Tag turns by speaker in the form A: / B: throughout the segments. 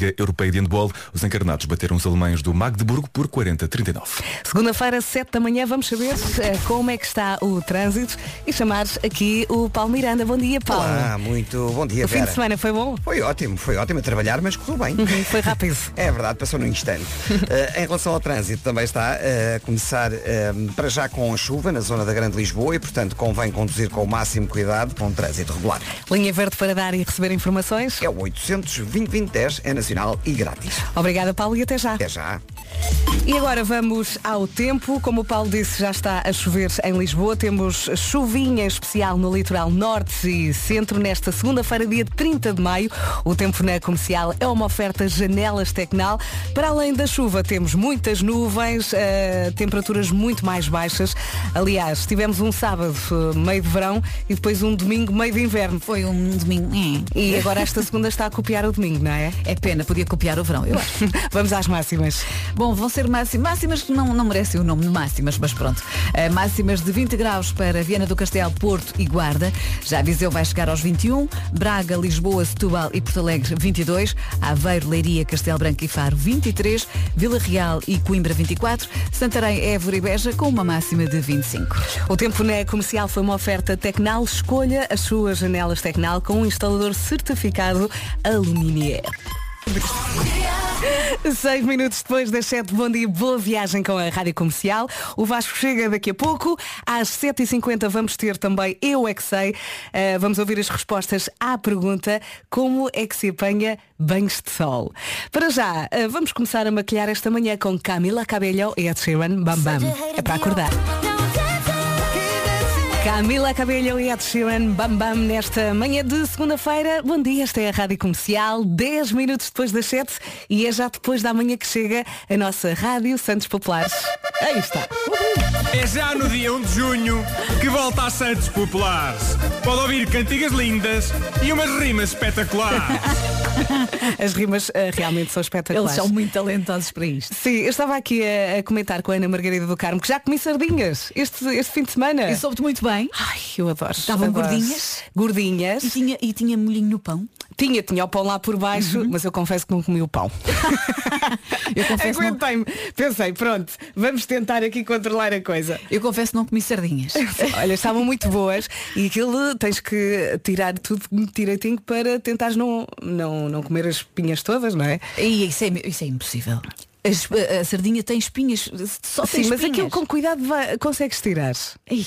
A: Liga Europeia de Handball. Os encarnados bateram os alemães do Magdeburgo por 40-39.
B: Segunda-feira, 7 da manhã, vamos saber eh, como é que está o trânsito e chamar aqui o Paulo Miranda. Bom dia, Paulo.
C: Olá, Ah, muito bom dia,
B: o fim
C: Vera.
B: de semana foi bom?
C: Foi ótimo, foi ótimo a trabalhar, mas correu bem.
B: Uhum, foi rápido.
C: É verdade, passou num instante. Eh, em relação ao trânsito, também está eh, a começar eh, para já com a chuva na zona da Grande Lisboa e, portanto, convém conduzir com o máximo cuidado com o trânsito regular.
B: Linha Verde para dar e receber informações.
C: É o 800 2010 é nacional e grátis.
B: Obrigada, Paulo, e até já.
C: Até já.
B: E agora vamos ao tempo. Como o Paulo disse, já está a chover em Lisboa. Temos chuvinha especial no litoral norte e centro nesta segunda-feira, dia 30 de maio. O tempo na comercial é uma oferta janelas Tecnal. Para além da chuva, temos muitas nuvens, eh, temperaturas muito mais baixas. Aliás, tivemos um sábado eh, meio de verão e depois um domingo meio de inverno.
D: Foi um domingo. É.
B: E agora esta segunda está a copiar o domingo, não é?
D: É pena, podia copiar o verão, eu acho.
B: Vamos às máximas.
D: Bom, vão ser máximas, máximas que não, não merecem o nome de máximas, mas pronto. Eh, máximas de 20 graus para Viana do Castelo, Porto e Guarda. Já Viseu vai chegar aos 21, Braga, Lisboa, Setúbal e Porto Alegre 22, Aveiro, Leiria, Castelo Branco e Faro 23, Vila Real e Coimbra 24, Santarém, Évora e Beja com uma máxima de 25.
B: O tempo na comercial foi uma oferta Tecnal. Escolha as suas janelas Tecnal com um instalador certificado Aluminier. Seis minutos depois das sete, bom dia, boa viagem com a Rádio Comercial. O Vasco chega daqui a pouco. Às 7h50 vamos ter também Eu É Que Sei. Eh, vamos ouvir as respostas à pergunta como é que se apanha banhos de sol. Para já, eh, vamos começar a maquilhar esta manhã com Camila Cabello e Ed Sheeran Bam Bam. É para acordar. Camila Cabello e Ed Sheeran, bam bam, nesta manhã de segunda-feira. Bom dia, esta é a Rádio Comercial, 10 minutos depois das 7 e é já depois da manhã que chega a nossa Rádio Santos Populares. Aí está.
E: É já no dia 1 de junho que volta a Santos Populares. Pode ouvir cantigas lindas e umas rimas espetaculares.
B: As rimas ah, realmente são espetaculares.
D: Eles são muito talentosos para isto.
B: Sim, eu estava aqui a, a comentar com a Ana Margarida do Carmo que já comi sardinhas este, este fim de semana.
D: E soube-te muito bem.
B: Ai, eu adoro.
D: Estavam
B: adoro.
D: gordinhas?
B: Gordinhas.
D: E tinha, e tinha molhinho no pão.
B: Tinha, tinha o pão lá por baixo, mas eu confesso que não comi o pão.
D: Eu confesso que não-
B: Aguentei-me. Pensei, pronto, vamos tentar aqui controlar a coisa.
D: Eu confesso que não comi sardinhas.
B: Olha, estavam muito boas e aquilo tens que tirar tudo muito direitinho para tentares não, não, não comer as espinhas todas, não é?
D: E isso é, isso é impossível. As- a, a sardinha tem espinhas, só tem
B: Sim, mas
D: espinhas.
B: aquilo com cuidado vai- consegues tirar.
D: Ei,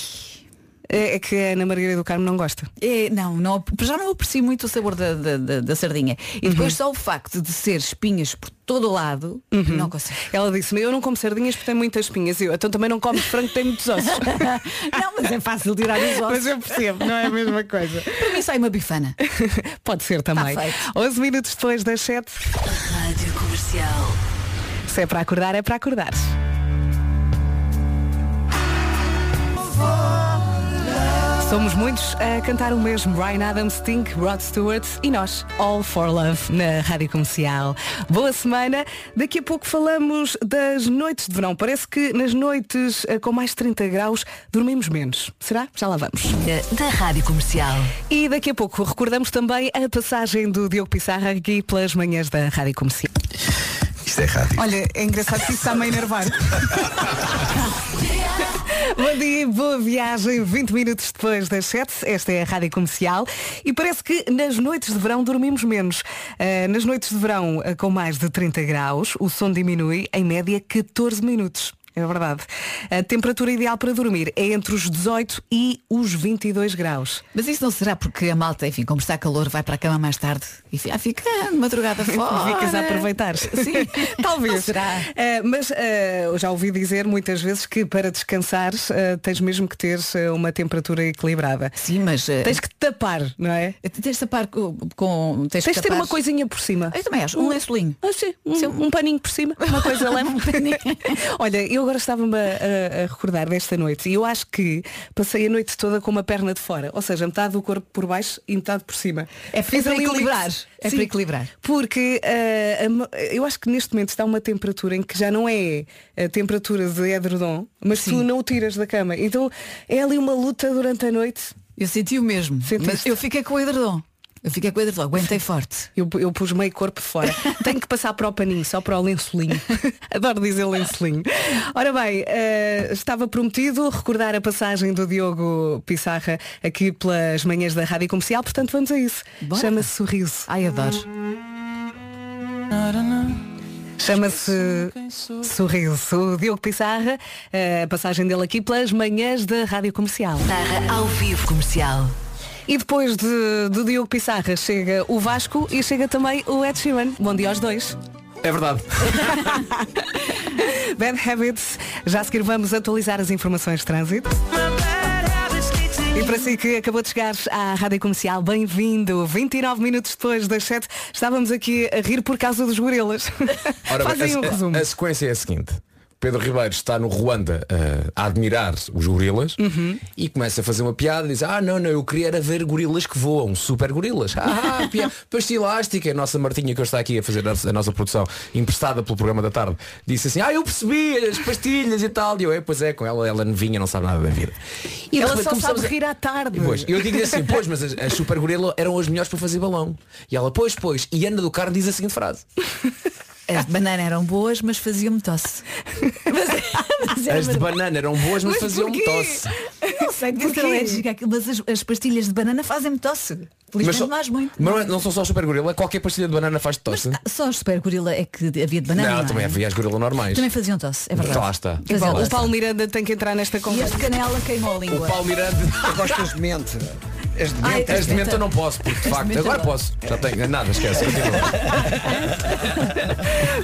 B: É, é que a Ana Margarida do Carmo não gosta.
D: é, não, não, já não aprecio muito o sabor da, da, da- da sardinha.
B: Uhum.
D: E depois só o facto de ser espinhas por todo o lado,
B: Uhum.
D: não consigo.
B: Ela disse-me, eu não como sardinhas porque tem muitas espinhas. Eu, então também não como frango que tem muitos ossos.
D: não, mas é fácil tirar os ossos.
B: mas eu percebo, não é a mesma coisa.
D: Para mim sai uma bifana.
B: Pode ser também.
D: Tá feito.
B: 11 minutos depois das 7.
F: Rádio Comercial.
B: Se é para acordar, é para acordar. Somos muitos a cantar o mesmo Brian Adams, Tink, Rod Stewart e nós, All for Love, na Rádio Comercial. Boa semana. Daqui a pouco falamos das noites de verão. Parece que nas noites eh, com mais 30 graus dormimos menos. Será? Já lá vamos.
F: Da Rádio Comercial.
B: E daqui a pouco recordamos também a passagem do Diogo Pissarra aqui pelas manhãs da Rádio Comercial.
C: Isto é rádio.
B: Olha, é engraçado que isso está meio nervoso. Bom dia, boa viagem. 20 minutos depois das 7, esta é a Rádio Comercial e parece que nas noites de verão dormimos menos. Ah, nas noites de verão ah, com mais de 30 graus, o som diminui em média 14 minutos. É verdade. A temperatura ideal para dormir é entre os 18 e os 22 graus.
D: Mas isso não será porque a malta, enfim, como está calor, vai para a cama mais tarde e fica, ah, fica de madrugada fora.
B: Ficas a aproveitar.
D: Sim,
B: Talvez.
D: Não será?
B: Eh, mas eh, eu já ouvi dizer muitas vezes que para descansares eh, tens mesmo que ter eh, uma temperatura equilibrada.
D: Sim, mas. eh,
B: Tens que tapar, não é?
D: Tens de tapar co- com. Tens,
B: Tens de ter
D: tapar-
B: uma coisinha por cima.
D: Eu também acho, um lençolinho.
B: Ah, sim, um, um paninho por cima, uma coisa leve.
D: Um paninho.
B: Olha, eu agora estava-me a, a- a recordar desta noite e eu acho que passei a noite toda com uma perna de fora, ou seja, metade do corpo por baixo e metade por cima.
D: É para-
B: Fiz
D: é para
B: ali um
D: equilibrar,
B: mix.
D: é
B: Sim,
D: para equilibrar.
B: Porque ah, a mo- eu acho que neste momento está uma temperatura em que já não é a temperatura de edredom, mas tu não o tiras da cama. Então é ali uma luta durante a noite.
D: Eu senti o mesmo.
B: Sentiste?
D: Mas eu fiquei com o edredom. Eu fiquei com a dor, aguentei forte.
B: Eu, eu pus meio corpo fora. Tenho que passar para o paninho, só para o lençolinho. Adoro dizer lençolinho. Ora bem, eh, estava prometido recordar a passagem do Diogo Pissarra aqui pelas manhãs da Rádio Comercial, portanto vamos a isso.
D: Bora.
B: Chama-se Sorriso.
D: Ai, adoro.
B: Chama-se Sorriso. O Diogo Pissarra, eh, a passagem dele aqui pelas manhãs da Rádio Comercial.
F: Narra ao vivo comercial.
B: E depois de, do Diogo Pissarra chega o Vasco e chega também o Ed Sheeran. Bom dia aos dois.
G: É verdade.
B: Bad Habits. Já a seguir vamos atualizar as informações de trânsito. E para si que acabou de chegar à Rádio Comercial, bem-vindo. 29 minutos depois das 7, estávamos aqui a rir por causa dos gorilas.
G: bem,
B: Fazem
G: a,
B: um
G: a-
B: resumo.
G: a sequência é a seguinte. Pedro Ribeiro está no Ruanda eh, a admirar os gorilas
B: Uhum.
G: e começa a fazer uma piada e diz Ah não, não, eu queria era ver gorilas que voam, super gorilas. Ah, piada. Pastilástica, a nossa Martinha que hoje está aqui a fazer a, a nossa produção, emprestada pelo programa da tarde, disse assim, ah, eu percebi as pastilhas e tal. E eu, é, pois é, com ela, ela novinha, não sabe nada da vida. E de
B: Ela
G: repente
B: só sabe
G: começamos a-
B: rir à tarde.
G: E, Pois, eu digo assim, pois, mas as, as super gorila eram as melhores para fazer balão. E ela, pois, pois, e Ana do Carmo diz a seguinte frase.
D: As de banana eram boas, mas faziam-me tosse. Mas- é mas era
G: As de banana eram boas, mas,
B: Mas
G: faziam-me
B: porquê?
G: tosse.
D: Não sei que
B: porquê.
D: ser é alérgica àquilo, mas as, as pastilhas de banana fazem-me tosse. Felizmente
G: só-
D: não mais muito.
G: mas não, é- não são só os super gorila, qualquer pastilha de banana faz tosse.
D: Ah, Só os super gorila é que havia de banana.
G: não,
D: é?
G: também havia as gorila normais.
D: Também faziam tosse, é verdade.
G: Lá está.
B: O
D: Faziam
B: Paulo-
D: tosse.
B: o Paulo Miranda tem que entrar nesta
D: E
B: conversa.
D: este canela queimou a
G: O
D: língua.
G: Paulo Miranda.
C: Eu gosto das de mente. As de
D: Ai,
C: mente.
G: As de menta eu não posso, porque de facto.
D: menta
G: Agora
D: não.
G: posso. Já tenho. Nada, esquece. continua.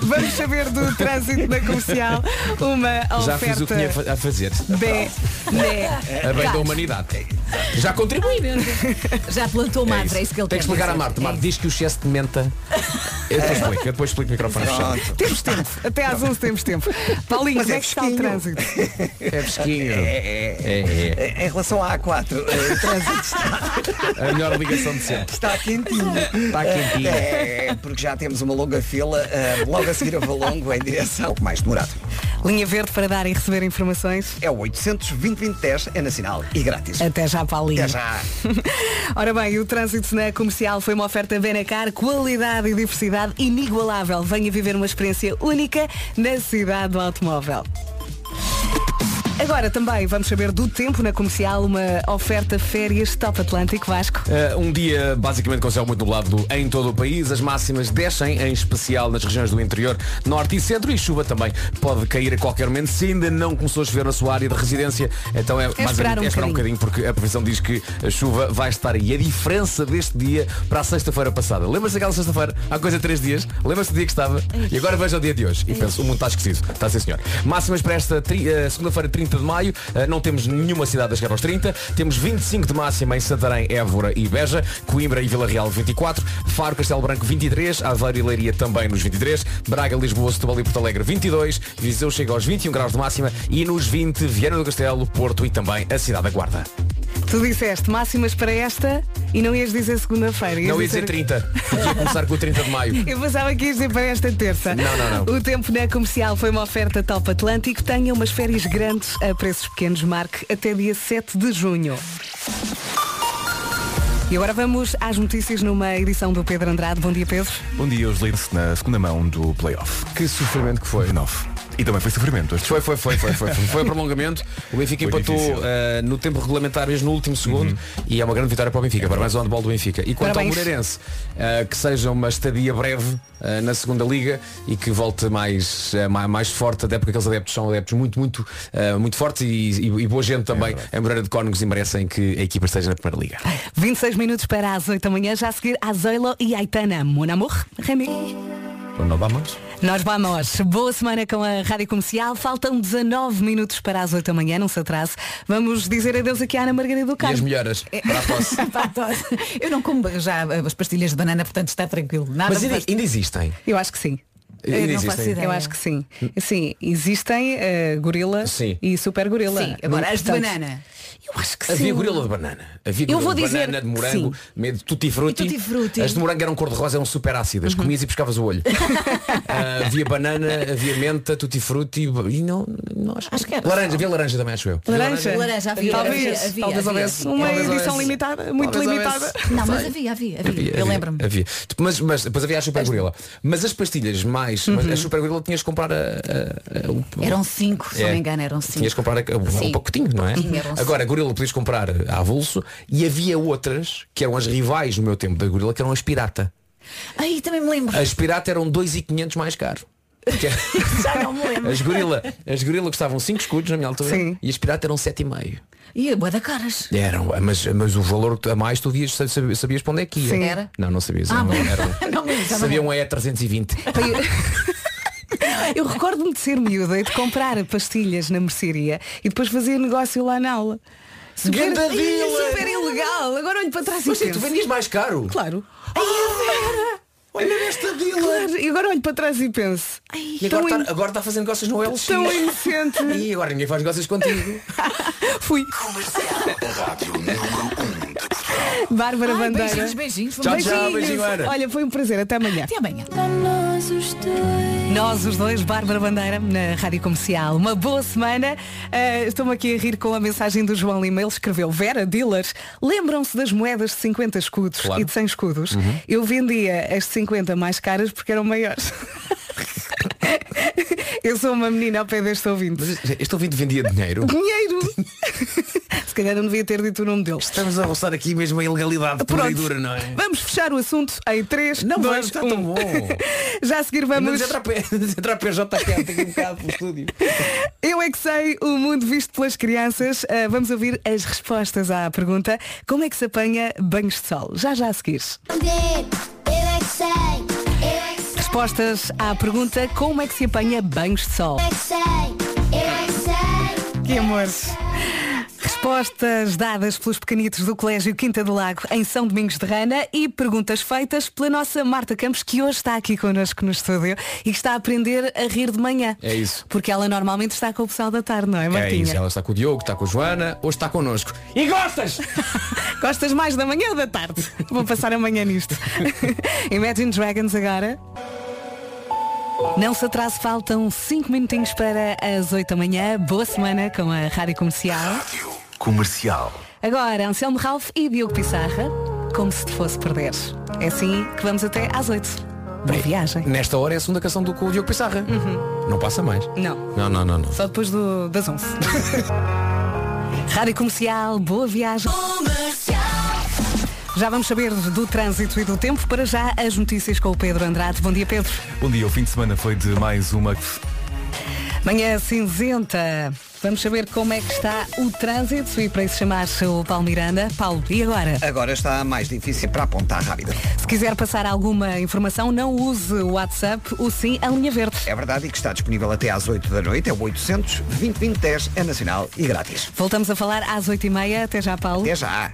B: Vamos saber do trânsito da comercial. Uma
G: Já
B: oferta.
G: fiz o que tinha fa- a fazer.
B: Bé, né.
G: A bem da humanidade. Já contribuí.
D: Já plantou uma árvore, é isso que ele
G: Tem
D: quer
G: que explicar à
D: dizer.
G: Marta.
D: É
G: Marta, diz que o excesso de menta. Eu depois explico, eu depois explico o microfone fechado.
C: Pronto.
B: Temos tempo. Até às 11 temos tempo. Paulinho,
C: Mas
B: como
C: é
B: é que está o
C: fresquinho.
B: trânsito?
G: É pesquinho.
C: É,
G: É,
C: Em relação à A4, eh, o trânsito está,
G: é. A melhor ligação de sempre.
C: está quentinho.
G: Está quentinho.
C: É, porque já temos uma longa fila, eh, logo a seguir a Valongo, em direção mais demorado.
B: Linha verde para dar e receber informações.
C: É o 820-2010, é nacional e grátis.
B: Até já, Paulinho.
C: Até já.
B: Ora bem, o trânsito na comercial foi uma oferta Benacar, qualidade e diversidade inigualável. Venha viver uma experiência única na cidade do automóvel. Agora também vamos saber do tempo na comercial, uma oferta férias Top Atlântico Vasco.
G: Uh, um dia basicamente com céu muito nublado em todo o país, as máximas descem, em especial nas regiões do interior, norte e centro, e chuva também pode cair a qualquer momento, se ainda não começou a chover na sua área de residência, então é, mais
B: esperar
G: é
B: um
G: esperar um
B: bocadinho.
G: bocadinho, porque a previsão diz que a chuva vai estar aí. A diferença deste dia para a sexta-feira passada. Lembra-se daquela sexta-feira, há coisa de três dias, lembra-se do dia que estava, e agora veja o dia de hoje, e penso, o mundo está esquecido, está sim senhor. Máximas para esta tri- eh, segunda-feira, 30 de maio, eh, não temos nenhuma cidade a chegar aos 30, temos 25 de máxima em Santarém, Évora e Beja, Coimbra e Vila Real 24, Faro, Castelo Branco 23, Aveiro e Leiria também nos 23, Braga, Lisboa, Setúbal e Porto Alegre 22, Viseu chega aos 21 graus de máxima e nos 20, Viana do Castelo, Porto e também a Cidade da Guarda.
B: Tu disseste máximas para esta e não ias dizer segunda-feira. ias
G: Não ia dizer 30, porque ia começar com o 30 de maio.
B: Eu pensava que ias dizer para esta terça.
G: Não, não, não.
B: O tempo na comercial foi uma oferta Top Atlântico. Tenha umas férias grandes a preços pequenos. Marque até dia 7 de junho. E agora vamos às notícias numa edição do Pedro Andrade. Bom dia, Pedro.
A: Bom dia, hoje lê-se na segunda mão do playoff.
G: Que sofrimento que foi. é?
A: 9. E também foi sofrimento. este
G: Foi, foi, foi, foi, foi. Foi, foi prolongamento. O Benfica
A: Foi
G: empatou
A: difícil. Uhum.
G: eh, no tempo regulamentar mesmo no último segundo e é uma grande vitória para o Benfica. Parabéns ao handball do Benfica. E quanto
B: Parabéns.
G: ao Moreirense, eh, que seja uma estadia breve eh, na segunda liga e que volte mais, eh, ma- mais forte, até porque aqueles adeptos são adeptos muito, muito, eh, muito fortes e, e- e boa gente
A: É
G: também. a Moreira de Cónegos e merecem que a equipa esteja na primeira liga.
B: 26 minutos para as 8 da manhã. Já a seguir, a Zoilo e Aitana. Mon amor, Remy.
G: Não dá mais?
B: Nós vamos. Boa semana com a Rádio Comercial. Faltam 19 minutos para as 8 da manhã. Não se atrase. Vamos dizer adeus aqui à Ana Margarida do
G: E as
B: Carmo.
G: melhoras
B: é,
G: para a posse.
D: É. Para a tosse. Eu não como já as pastilhas de banana, portanto está tranquilo. Nada
G: Mas
D: me
G: ainda,
D: faz-
G: ainda existem.
B: Eu acho que sim.
G: Ainda
D: Eu não
G: existem.
D: faço ideia.
B: Eu acho que sim. Sim, existem eh, gorila
G: Sim.
B: e super gorila.
D: Sim, agora as de
B: Portanto,
D: banana.
B: Eu acho que sim.
G: Havia gorila de banana. Havia
B: Eu
G: gorila
B: vou
G: de
B: dizer
G: banana, de
B: que
G: morango, medo de tutti frutti.
B: E tutti frutti. Uhum.
G: As de morango eram cor-de-rosa, eram super ácidas. Comias e pescavas o olho. Ah, havia banana, havia menta, tutti frutti. E não, não acho,
D: Acho que era
G: Laranja, havia laranja também, acho eu.
B: Laranja.
D: Laranja, havia,
B: Talvez.
D: havia, havia,
B: Talvez
D: havia,
B: houvesse.
D: havia.
B: Uma
G: Talvez
B: edição
G: houvesse.
B: limitada, muito
G: Talvez
B: limitada.
G: houvesse.
D: Não, mas havia, havia, havia.
G: Havia,
D: Eu
G: havia,
D: lembro-me.
G: Havia. Mas, mas depois havia a super gorila. Mas as pastilhas mais. mas
B: Uhum.
G: a super gorila tinhas de comprar a, a- a- o-
D: Eram cinco, se
G: É.
D: não me engano, eram cinco.
G: Tinhas de comprar a- o,
D: Sim.
G: o pacotinho, não é?
D: Pacotinho, eram
G: Agora, a gorila podias comprar a avulso e havia outras que eram as rivais no meu tempo da gorila, que eram as pirata.
D: Ai, também me lembro.
G: As pirata eram 2,500 mais caro. Porque
D: Já não me lembro.
G: as gorila, as gorila custavam 5 escudos na minha altura
B: Sim.
G: e as pirata eram 7,5.
D: E a boa da caras.
G: Eram, mas, mas o valor a mais tu vias, sabias, sabias para onde é que ia.
D: Sim. Era?
G: Não, não sabias.
D: Ah,
G: não,
D: bom.
G: era-
D: Não me lembro, já não
G: Sabia um E320.
B: Eu recordo-me de ser miúda e de comprar pastilhas na mercearia e depois fazer negócio lá na aula. Super,
G: Ganda dealer!
B: super ilegal. Agora olho para trás
G: Mas
B: e
G: sim, tu
B: penso.
G: vendias mais caro.
B: Claro.
G: Olha nesta vila.
B: Claro, e agora olho para trás e penso.
G: E
B: tão,
G: agora
B: in-
G: está a fazer negócios no LX.
B: tão inocente.
G: E agora ninguém faz negócios contigo.
B: Fui. Bárbara
D: Ai,
B: Bandeira.
D: beijinhos, beijinhos.
G: Tchau, tchau,
B: Beijinhos.
G: beijinho, Ana.
B: Olha, foi um prazer. Até amanhã.
D: Até amanhã.
B: Nós os dois, Bárbara Bandeira, na Rádio Comercial. Uma boa semana. Ah, Estou-me aqui a rir com a mensagem do João Lima. Ele escreveu, Vera, dealers, lembram-se das moedas de 50 escudos
G: Claro. Uhum.
B: e de 100 escudos? Eu vendia as de 50 mais caras porque eram maiores. Eu sou uma menina ao pé deste ouvinte.
G: Mas estou ouvindo vendia dinheiro.
B: Dinheiro! Se calhar eu não devia ter dito o nome dele.
G: Estamos a roçar aqui mesmo a ilegalidade pura
B: Ah,
G: e
B: Pronto,
G: dura, não é?
B: vamos fechar o assunto em 3,
G: Não,
B: 2,
G: mas está tão bom.
B: Já a seguir
G: Mas
B: vamos...
G: entra a P- entra a PJ aqui um bocado pelo estúdio.
B: Eu é que sei, o mundo visto pelas crianças. Ah, vamos ouvir as respostas à pergunta como é que se apanha banhos de sol? Já já a seguir. Respostas à pergunta como é que se apanha banhos de sol? Que amores! Respostas dadas pelos pequenitos do Colégio Quinta do Lago em São Domingos de Rana e perguntas feitas pela nossa Marta Campos que hoje está aqui connosco no estúdio e que está a aprender a rir de manhã.
G: É isso.
B: Porque ela normalmente está com o pessoal da tarde, não é
G: É
B: Martinha?
G: isso, ela está com o Diogo, está com a Joana, hoje está connosco. E gostas?
B: Gostas mais da manhã ou da tarde? Vou passar amanhã nisto. Imagine Dragons agora. Não se atrase, faltam 5 minutinhos para as 8 da manhã. Boa semana com a Rádio Comercial.
A: Comercial.
B: Agora, Anselmo Ralph e Diogo Pissarra, como se te fosse perder. É assim que vamos até às 8. Boa viagem.
G: Nesta hora é a segunda canção do com o Diogo Pissarra. Não passa mais.
B: Não.
G: Não, não, não, não.
B: Só depois do, das 11. Rádio Comercial, boa viagem. Já vamos saber do trânsito e do tempo. Para já, as notícias com o Pedro Andrade. Bom dia, Pedro.
A: Bom dia, o fim de semana foi de mais uma.
B: Manhã cinzenta. Vamos saber como é que está o trânsito e para isso chamar-se o Paulo Miranda. Paulo, e agora?
C: Agora está mais difícil para apontar rápido.
B: Se quiser passar alguma informação, não use o WhatsApp, o sim, a linha verde.
C: É verdade e que está disponível até às 8 da noite, é o 800 2020 10, é nacional e grátis.
B: Voltamos a falar às 8h30. Até já, Paulo.
C: Até já.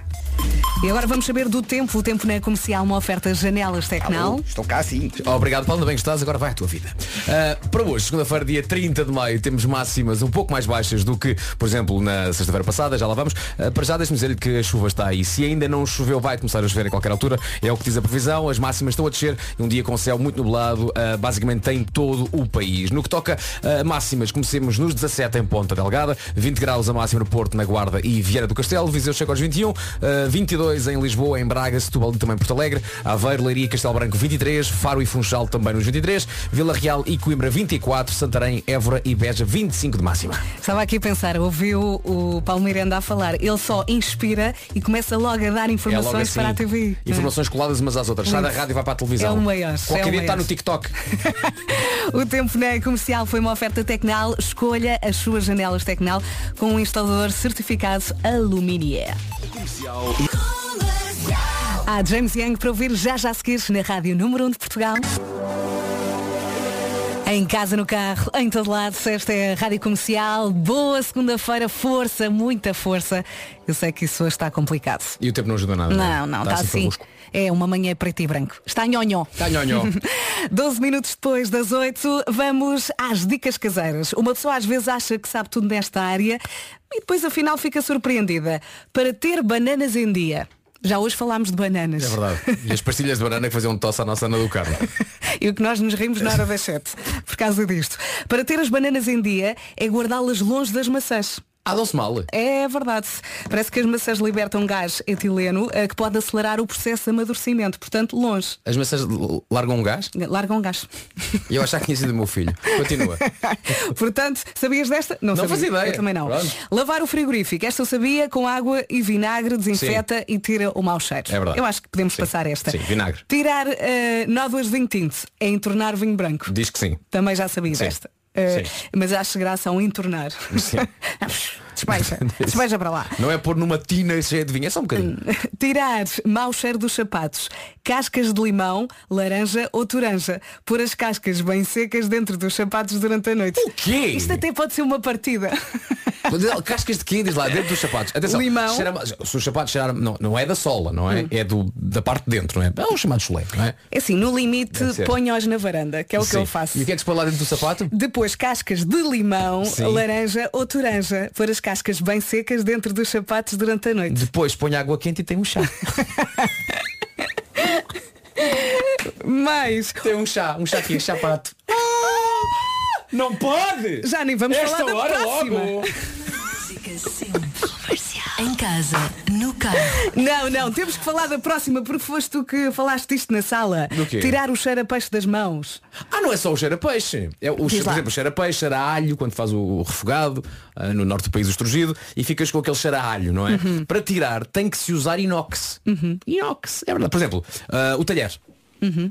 B: E agora vamos saber do tempo. O tempo na comercial, uma oferta Janelas
C: Alô,
B: Tecnal.
C: Estou cá sim.
G: Oh, Obrigado, Paulo. Ainda bem que estás. Agora vai à tua vida. Ah, para hoje, segunda-feira, dia 30 de maio, temos máximas um pouco mais baixas do que, por exemplo, na sexta-feira passada. Já lá vamos. Ah, para já, deixe-me dizer-lhe que a chuva está aí. Se ainda não choveu, vai começar a chover a qualquer altura. É o que diz a previsão. As máximas estão a descer. Um dia com céu muito nublado, ah, basicamente em todo o país. No que toca a máximas, comecemos nos 17 em Ponta Delgada, 20 graus a máxima no Porto, na Guarda e Vieira do Castelo. Viseu chega aos 21, ah, 22 em Lisboa, em Braga, Setúbal e também Porto Alegre. Aveiro, Leiria e Castelo Branco 23, Faro e Funchal também nos 23, Vila Real e Coimbra 24, Santarém, Évora e Beja 25 de máxima. É
B: Estava aqui a pensar, ouviu o Paulo Miranda a falar. Ele só inspira e começa logo a dar
G: É logo
B: informações
G: assim.
B: para a TV.
G: Informações coladas umas às outras. Sai da
B: Lindo.
G: rádio e vai para a televisão.
B: É o maior,
G: Qualquer
B: é o
G: dia está
B: maior.
G: no TikTok.
B: O tempo na comercial foi uma oferta Tecnal. Escolha as suas janelas Tecnal com um instalador certificado Aluminier. Há James Young para ouvir já já a seguir na Rádio Número 1 de Portugal. um Em casa, no carro, em todo lado, esta é a Rádio Comercial. Boa segunda-feira, força, muita força. Eu sei que isso hoje está complicado.
G: E o tempo não ajuda nada.
B: Não, não, está assim. É uma manhã preto e branco. Está nhonhó.
G: Está Tá nhonhó.
B: 12 minutos depois das 8, vamos às dicas caseiras. Uma pessoa às vezes acha que sabe tudo nesta área e depois afinal fica surpreendida. Para ter bananas em dia. Já hoje falámos de bananas.
G: É verdade. E as pastilhas de banana que faziam tosse à nossa Ana do Carmo.
B: E o que nós nos rimos na hora das sete, por causa disto. Para ter as bananas em dia é guardá-las longe das maçãs.
G: Ah, dão-se mal.
B: É verdade. Parece que as maçãs libertam gás etileno eh, que pode acelerar o processo de amadurecimento. Portanto, longe.
G: As maçãs l- largam um gás
B: Largam gás.
G: e eu achar que tinha sido o meu filho. Continua.
B: Portanto, sabias desta?
G: Não
B: sabia.
G: fazia ideia.
B: Eu também não.
G: Pronto.
B: Lavar o frigorífico. Esta eu sabia com água e vinagre, desinfeta e tira o mau cheiro.
G: É verdade.
B: Eu acho que podemos
G: Sim.
B: passar esta.
G: Sim, vinagre.
B: Tirar eh, nódoas de vinho tinto é entornar vinho branco.
G: Diz que sim.
B: Também já sabia
G: Sim.
B: desta. Eh,
G: Sim.
B: mas acho graça ao entornar.
G: Sim.
B: despeja, despeja para lá.
G: Não é pôr numa tina cheia de vinho, é só um bocadinho.
B: Tirar mau cheiro dos sapatos, cascas de limão, laranja ou toranja. Pôr as cascas bem secas dentro dos sapatos durante a noite.
G: O quê?
B: Isto é até pode ser uma partida.
G: Cascas de quê? Diz lá, dentro dos sapatos. Atenção.
B: Limão. Hum.
G: cheira mal- se os sapatos cheiraram, não, não é da sola, não é? É do, da parte de dentro, não é? É o chamado chulé, não é?
B: É assim, no limite,
G: Deve ser.
B: ponho-os na varanda, que é o que
G: Sim.
B: eu faço.
G: E o que é que se põe lá dentro do sapato?
B: Depois cascas de limão,
G: Sim.
B: laranja ou toranja. Pôr as cascas bem secas dentro dos sapatos durante a noite.
G: Depois põe água quente e tem um chá.
B: Mais,
G: tem um chá, um chá aqui, um chapato. Não pode!
B: já nem vamos falar da próxima.
F: Música sempre comercial. Em casa, no carro,
B: Não, não, temos que falar da próxima, porque foste tu que falaste isto na sala.
G: Do quê?
B: Tirar o cheiro a peixe das mãos.
G: Ah, não é só o cheiro a peixe. É o,
B: lá.
G: cheiro- por exemplo, o cheiro a peixe, cheiro a alho, quando faz o, o refogado, ah, no norte do país o estrugido, e ficas com aquele cheiro a alho, não é? Para tirar tem que se usar inox. Inox, é verdade. Por exemplo, ah, o talher.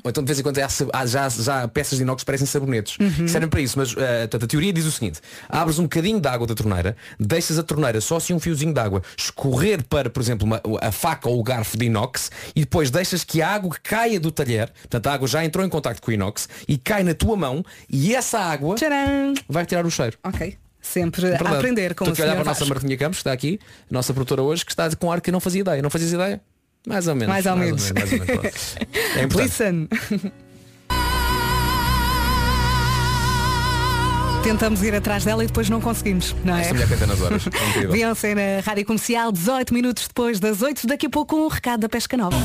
G: Ou então de vez em quando há sa- há já, já peças de inox que parecem sabonetes.
B: Uhum.
G: Servem para isso, mas ah, portanto, a teoria diz o seguinte. Abres um bocadinho de água da torneira, deixas a torneira só assim um fiozinho de água escorrer para, por exemplo, uma- a faca ou o garfo de inox e depois deixas que a água caia do talher, portanto a água já entrou em contacto com o inox e cai na tua mão e essa água
B: Tcharam!
G: vai tirar o cheiro.
B: Ok. Sempre
G: É Verdade.
B: a aprender com
G: Estou
B: o
G: aqui a olhar para
B: senhor
G: a nossa
B: Vasco.
G: Martinha Campos, que está aqui, a nossa produtora hoje, que está com ar que eu não fazia ideia. Não fazias ideia? Mais ou menos.
B: Mais ou menos.
G: mais ou menos, pronto. é importante.
B: Listen. Tentamos ir atrás dela e depois não conseguimos, não é?
G: Esta mulher canta nas horas. É incrível.
B: Beyoncé na Rádio Comercial, 18 minutos depois das 8, daqui a pouco um recado da Pesca Nova.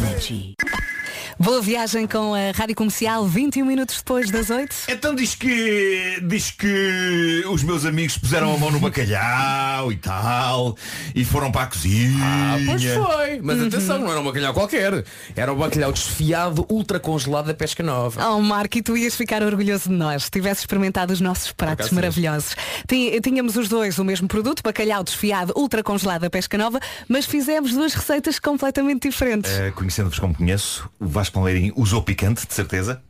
B: Boa viagem com a Rádio Comercial, 21 minutos depois das 8.
H: Então diz que diz que os meus amigos puseram a mão no bacalhau e tal e foram para a cozinha.
G: Ah, pois foi. Mas
H: Uhum.
G: atenção, não era um bacalhau qualquer. Era um bacalhau desfiado, ultra congelado da pesca nova.
B: Oh Marco, e tu ias ficar orgulhoso de nós se tivesse experimentado os nossos pratos
G: acaso,
B: maravilhosos. Ti- Tínhamos os dois o mesmo produto, bacalhau desfiado, ultra congelado da pesca nova, mas fizemos duas receitas completamente diferentes.
H: Eh, Conhecendo-vos como conheço, o Vasco Palmeirim usou picante, de certeza.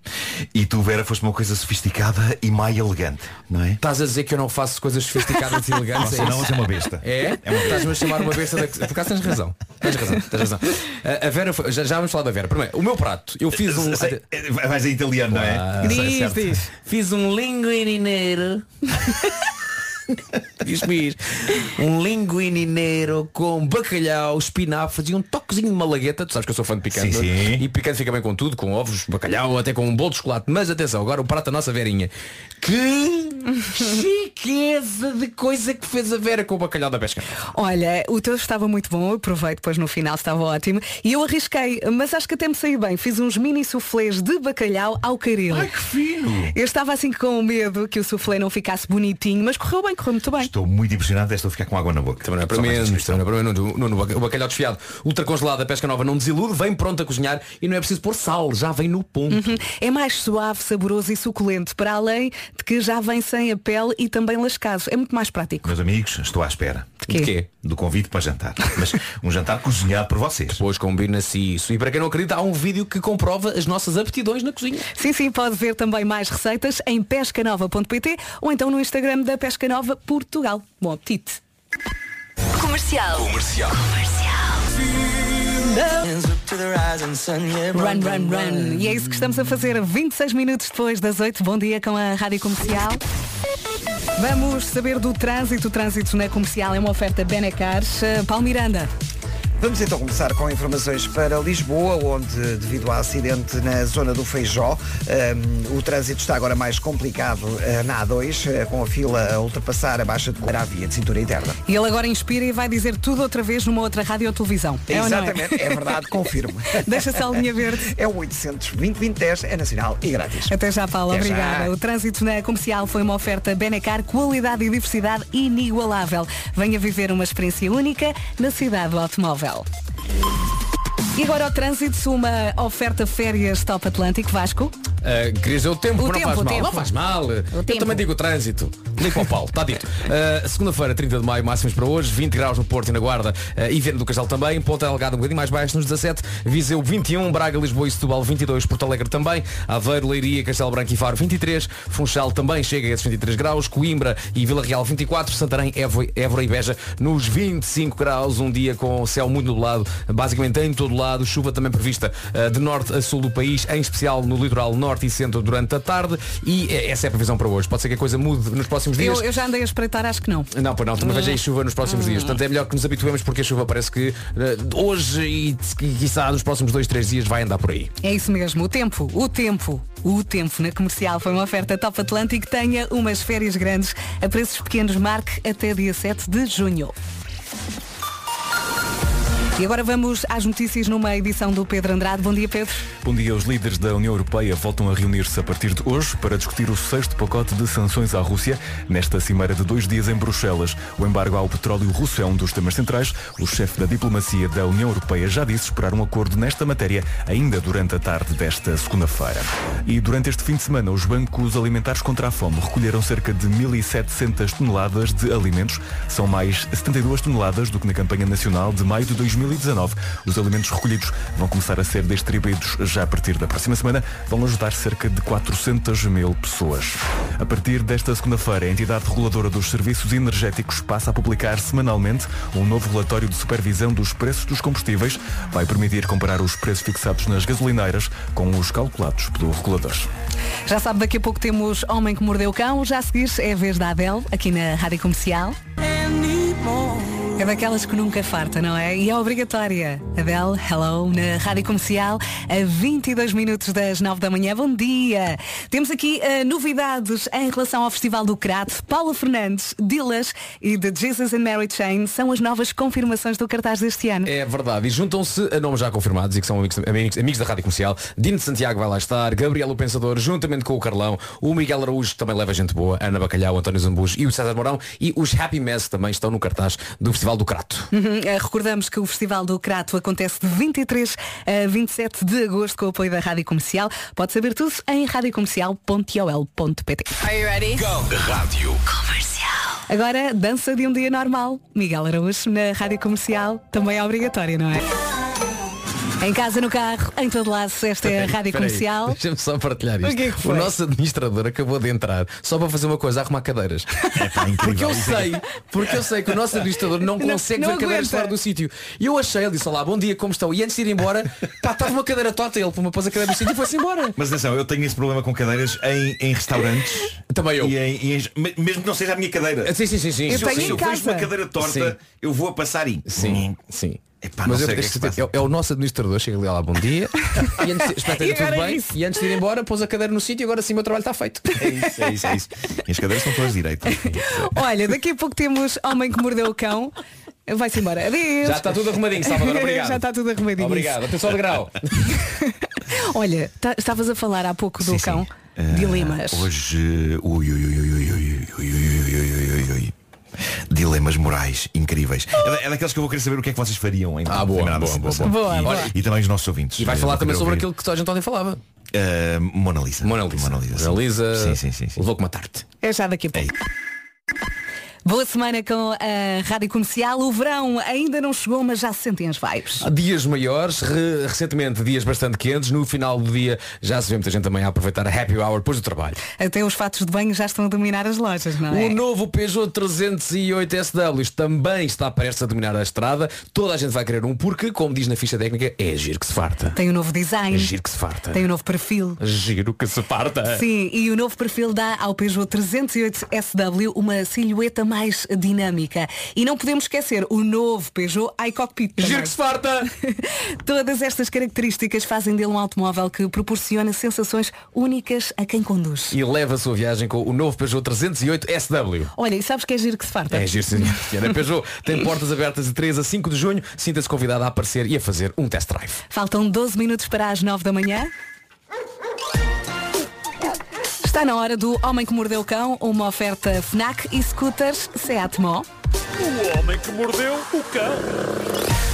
H: E tu, Vera, foste uma coisa sofisticada e mais elegante, não é?
G: Estás a dizer que eu não faço coisas sofisticadas e elegantes? é
H: Senão
G: isso?
H: és uma besta.
G: É? Estás-me a chamar uma besta da... Por acaso tens razão. Tens razão, tens razão. A- A Vera foi... já, já vamos falar da Vera. Primeiro, o meu prato, eu fiz um.
H: Sei- eh, Vais em italiano, não é? Sei,
B: Diz,
H: certo.
B: diz.
G: Fiz um linguinineiro. diz diz. Um linguinineiro com bacalhau, espinafres e um toquezinho de malagueta. Tu sabes que eu sou fã de picante.
H: Sim,
G: não é?
H: sim.
G: E picante fica bem com tudo, com ovos, bacalhau, até com um bolo de chocolate. Mas atenção, agora o prato da nossa verinha. Que chiqueza de coisa que fez a Vera com o bacalhau da pesca.
B: Olha, o teu estava muito bom, eu provei depois no final, estava ótimo. E eu arrisquei, mas acho que até me saí bem. Fiz uns mini soufflés de bacalhau ao caril.
H: Ai, que fino!
B: Eu estava assim com medo que o soufflé não ficasse bonitinho, mas correu bem, correu muito bem.
H: Estou muito impressionado, estou a ficar com água na boca.
G: Também não é para
H: Só mais
G: menos,
H: descrição.
G: também não é para menos. Nuno, Nuno, o bacalhau desfiado, ultracongelado, a pesca nova não desilude, vem pronto a cozinhar e não é preciso pôr sal, já vem no ponto.
B: É mais suave, saboroso e suculento, para além de que já vem sem a pele e também lascado. É muito mais prático.
H: Meus amigos, estou à espera
B: quê?
G: De quê?
H: do convite para jantar. Mas um jantar cozinhado por vocês.
G: Pois combina-se isso. E para quem não acredita, há um vídeo que comprova as nossas aptidões na cozinha.
B: Sim, sim, pode ver também mais receitas em pescanova.pt ou então no Instagram da Pesca Nova Portugal. Bom apetite!
F: comercial. Comercial. Comercial.
B: Run, run, run. E é isso que estamos a fazer 26 minutos depois das 8. Bom dia com a Rádio Comercial. Vamos saber do trânsito. O trânsito na comercial é uma oferta Benecar. Eh, Paulo Miranda.
C: Vamos então começar com informações para Lisboa, onde, devido ao acidente na zona do Feijó, hum, o trânsito está agora mais complicado eh, na A2, eh, com a fila a ultrapassar a baixa de Coimbra à via de cintura interna.
B: E ele agora inspira e vai dizer tudo outra vez numa outra rádio ou televisão. É ou não é?
C: Exatamente, é verdade, confirmo.
B: Deixa-se a linha verde.
C: É o 820-2010, é nacional e grátis.
B: Até já, Paulo.
C: Até já.
B: Obrigada. O trânsito na comercial foi uma oferta Benecar, qualidade e diversidade inigualável. Venha viver uma experiência única na cidade do automóvel. E agora ao trânsito, uma oferta férias Top Atlântico Vasco.
G: Ah, querias dizer o tempo,
B: O
G: mas
B: tempo,
G: não faz
B: o
G: mal.
B: tempo.
G: Não faz mal. Eu
I: tempo.
G: também digo o trânsito. Ligo ao Paulo, está dito. Ah, Segunda-feira, 30 de maio, máximos para hoje, 20 graus no Porto e na Guarda ah, e Viana do Castelo também, Ponta Delgada um bocadinho mais baixo nos 17, Viseu 21, Braga, Lisboa e Setúbal 22, Porto Alegre também, Aveiro, Leiria, Castelo Branco e Faro 23, Funchal também chega a esses 23 graus, Coimbra e Vila Real 24, Santarém, Évo- Évora e Beja nos 25 graus, um dia com céu muito nublado, basicamente em todo lado, chuva também prevista ah, de norte a sul do país, em especial no litoral norte e centro durante a tarde e eh, essa é a previsão para hoje. Pode ser que a coisa mude nos próximos dias.
B: Eu, eu já andei a espreitar, acho que não. Hum.
G: Não, pois não, também vejo aí chuva nos próximos dias. Portanto, é melhor que nos habituemos porque a chuva parece que eh, hoje e qui- quiçá nos próximos dois, três dias vai andar por aí.
B: É isso mesmo, o tempo, o tempo, o tempo na comercial foi uma oferta Top Atlântico. Tenha umas férias grandes a preços pequenos. Marque até dia 7 de junho. E agora vamos às notícias numa edição do Pedro Andrade. Bom dia, Pedro.
A: Bom dia, os líderes da União Europeia voltam a reunir-se a partir de hoje para discutir o sexto pacote de sanções à Rússia nesta cimeira de dois dias em Bruxelas. O embargo ao petróleo russo é um dos temas centrais. O chefe da diplomacia da União Europeia já disse esperar um acordo nesta matéria ainda durante a tarde desta segunda-feira. E durante este fim de semana, os bancos alimentares contra a fome recolheram cerca de 1.700 toneladas de alimentos. São mais 72 toneladas do que na campanha nacional de maio de 2019. Os alimentos recolhidos vão começar a ser distribuídos já a partir da próxima semana. Vão ajudar cerca de 400 mil pessoas. A partir desta segunda-feira, a entidade reguladora dos serviços energéticos passa a publicar semanalmente um novo relatório de supervisão dos preços dos combustíveis. Vai permitir comparar os preços fixados nas gasolineiras com os calculados pelo regulador.
B: Já sabe, daqui a pouco temos Homem que Mordeu o Cão. Já a seguir é a vez da Adele, aqui na Rádio Comercial. É daquelas que nunca farta, não é? E é obrigatória. Adele, hello, na Rádio Comercial, a 22 minutos das 9 da manhã. Bom dia! Temos aqui eh, novidades em relação ao Festival do Crato. Paula Fernandes, Dillas e The Jesus and Mary Chain são as novas confirmações do cartaz deste ano.
G: É verdade. E juntam-se a nomes já confirmados e que são amigos, amigos- amigos da Rádio Comercial. Dino de Santiago vai lá estar, Gabriel o Pensador, juntamente com o Carlão, o Miguel Araújo, que também leva gente boa, Ana Bacalhau, António Zambujo e o César Mourão. E os Happy Mess também estão no cartaz do Festival do Crato.
B: Uhum, eh, Recordamos que o Festival do Crato acontece de 23 a 27 de agosto com o apoio da Rádio Comercial. Pode saber tudo em radiocomercial.ol.pt
I: Are you ready?
B: Agora, dança de um dia normal. Miguel Araújo na Rádio Comercial. Também é obrigatória, não é? Em casa, no carro, em todo lado, esta é a Rádio
G: Espera aí,
B: Comercial.
G: Deixa-me só partilhar isto.
B: O
G: O,
B: que é que foi?
G: nosso administrador acabou de entrar só para fazer uma coisa, arrumar cadeiras. porque eu sei, porque eu sei que o nosso administrador não
B: Não-
G: consegue
B: não
G: ver cadeiras
B: aguenta.
G: fora do sítio. E eu achei, ele disse, olá, bom dia, como estão? E antes de ir embora, pá, estava uma cadeira torta, ele pôs a cadeira do sítio e foi-se embora.
H: Mas atenção, eu tenho esse problema com cadeiras em, em restaurantes.
G: Também eu. Ah,
H: E em- e em- me- mesmo que não seja a minha cadeira.
G: Sim, sim, sim, sim.
B: Eu
H: se
B: tenho
H: se
B: em
H: eu vejo
B: casa.
H: uma cadeira torta,
G: Sim.
H: eu vou a passar e. "Hum,
G: Sim, sim.
H: Epá,
G: Mas
H: não
G: eu,
H: sei o que é que se passa.
G: é, é o nosso administrador, chega ali, olá, bom dia. E antes, de- espera,
B: E
G: tudo
B: agora é
G: bem.
B: isso.
G: E antes de ir embora, pôs a cadeira no sítio e agora sim o meu trabalho está feito.
H: É isso, é isso, é isso. Minhas cadeiras são todas direitas.
B: Olha, daqui a pouco temos Homem que Mordeu o Cão. Vai-se embora. Adeus.
G: Já está tudo arrumadinho, Salvador, obrigado.
B: Já está tudo arrumadinho.
G: Obrigado, atenção de grau.
B: Olha, tá- estavas a falar há pouco do
H: Sim, sim.
B: cão. Dilemas.
H: Hoje. Ui, ui, ui, ui, ui, ui, ui, ui, ui, ui, ui, ui. Dilemas morais incríveis. É, da- é daqueles que eu vou querer saber o que é que vocês fariam em
G: Ah, boa,
H: determinada
G: boa, boa,
H: situação.
B: boa.
H: E,
B: Boa,
H: e também os nossos ouvintes.
G: E vais
H: Eh,
G: falar
H: vou
G: também
H: querer
G: sobre
H: ouvir.
G: aquilo que toda a gente ontem falava.
H: Eh, Mona Lisa.
G: Mona Lisa.
H: Mona Lisa. sim. Sim, sim, sim.
G: Levou com uma tarte.
B: É já daqui a pouco.
H: Ei.
B: Boa semana com a Rádio Comercial. O verão ainda não chegou, mas já se sentem as vibes.
G: Há Dias maiores, re- recentemente dias bastante quentes, no final do dia já se vê muita gente também a aproveitar a happy hour depois do trabalho.
B: Até os fatos de banho já estão a dominar as lojas, não é?
G: O novo Peugeot 308 SW também está prestes a dominar a estrada. Toda a gente vai querer um porque, como diz na ficha técnica, é giro que se farta.
B: Tem um novo design,
G: É giro que se farta.
B: tem um novo perfil.
G: Giro que se farta.
B: Sim, e o novo perfil dá ao Peugeot 308 SW uma silhueta mais dinâmica. E não podemos esquecer o novo Peugeot iCockpit. também.
G: Giro que se farta.
B: Todas estas características fazem dele um automóvel que proporciona sensações únicas a quem conduz.
G: E leva a sua viagem com o novo Peugeot 308 SW.
B: Olha, e sabes que é giro que se farta?
G: É giro, senhor. A Peugeot tem portas abertas de 3 a 5 de junho. Sinta-se convidado a aparecer e a fazer um test drive.
B: Faltam 12 minutos para as 9 da manhã. Está na hora do Homem que Mordeu o Cão, uma oferta FNAC e scooters Seat Mó.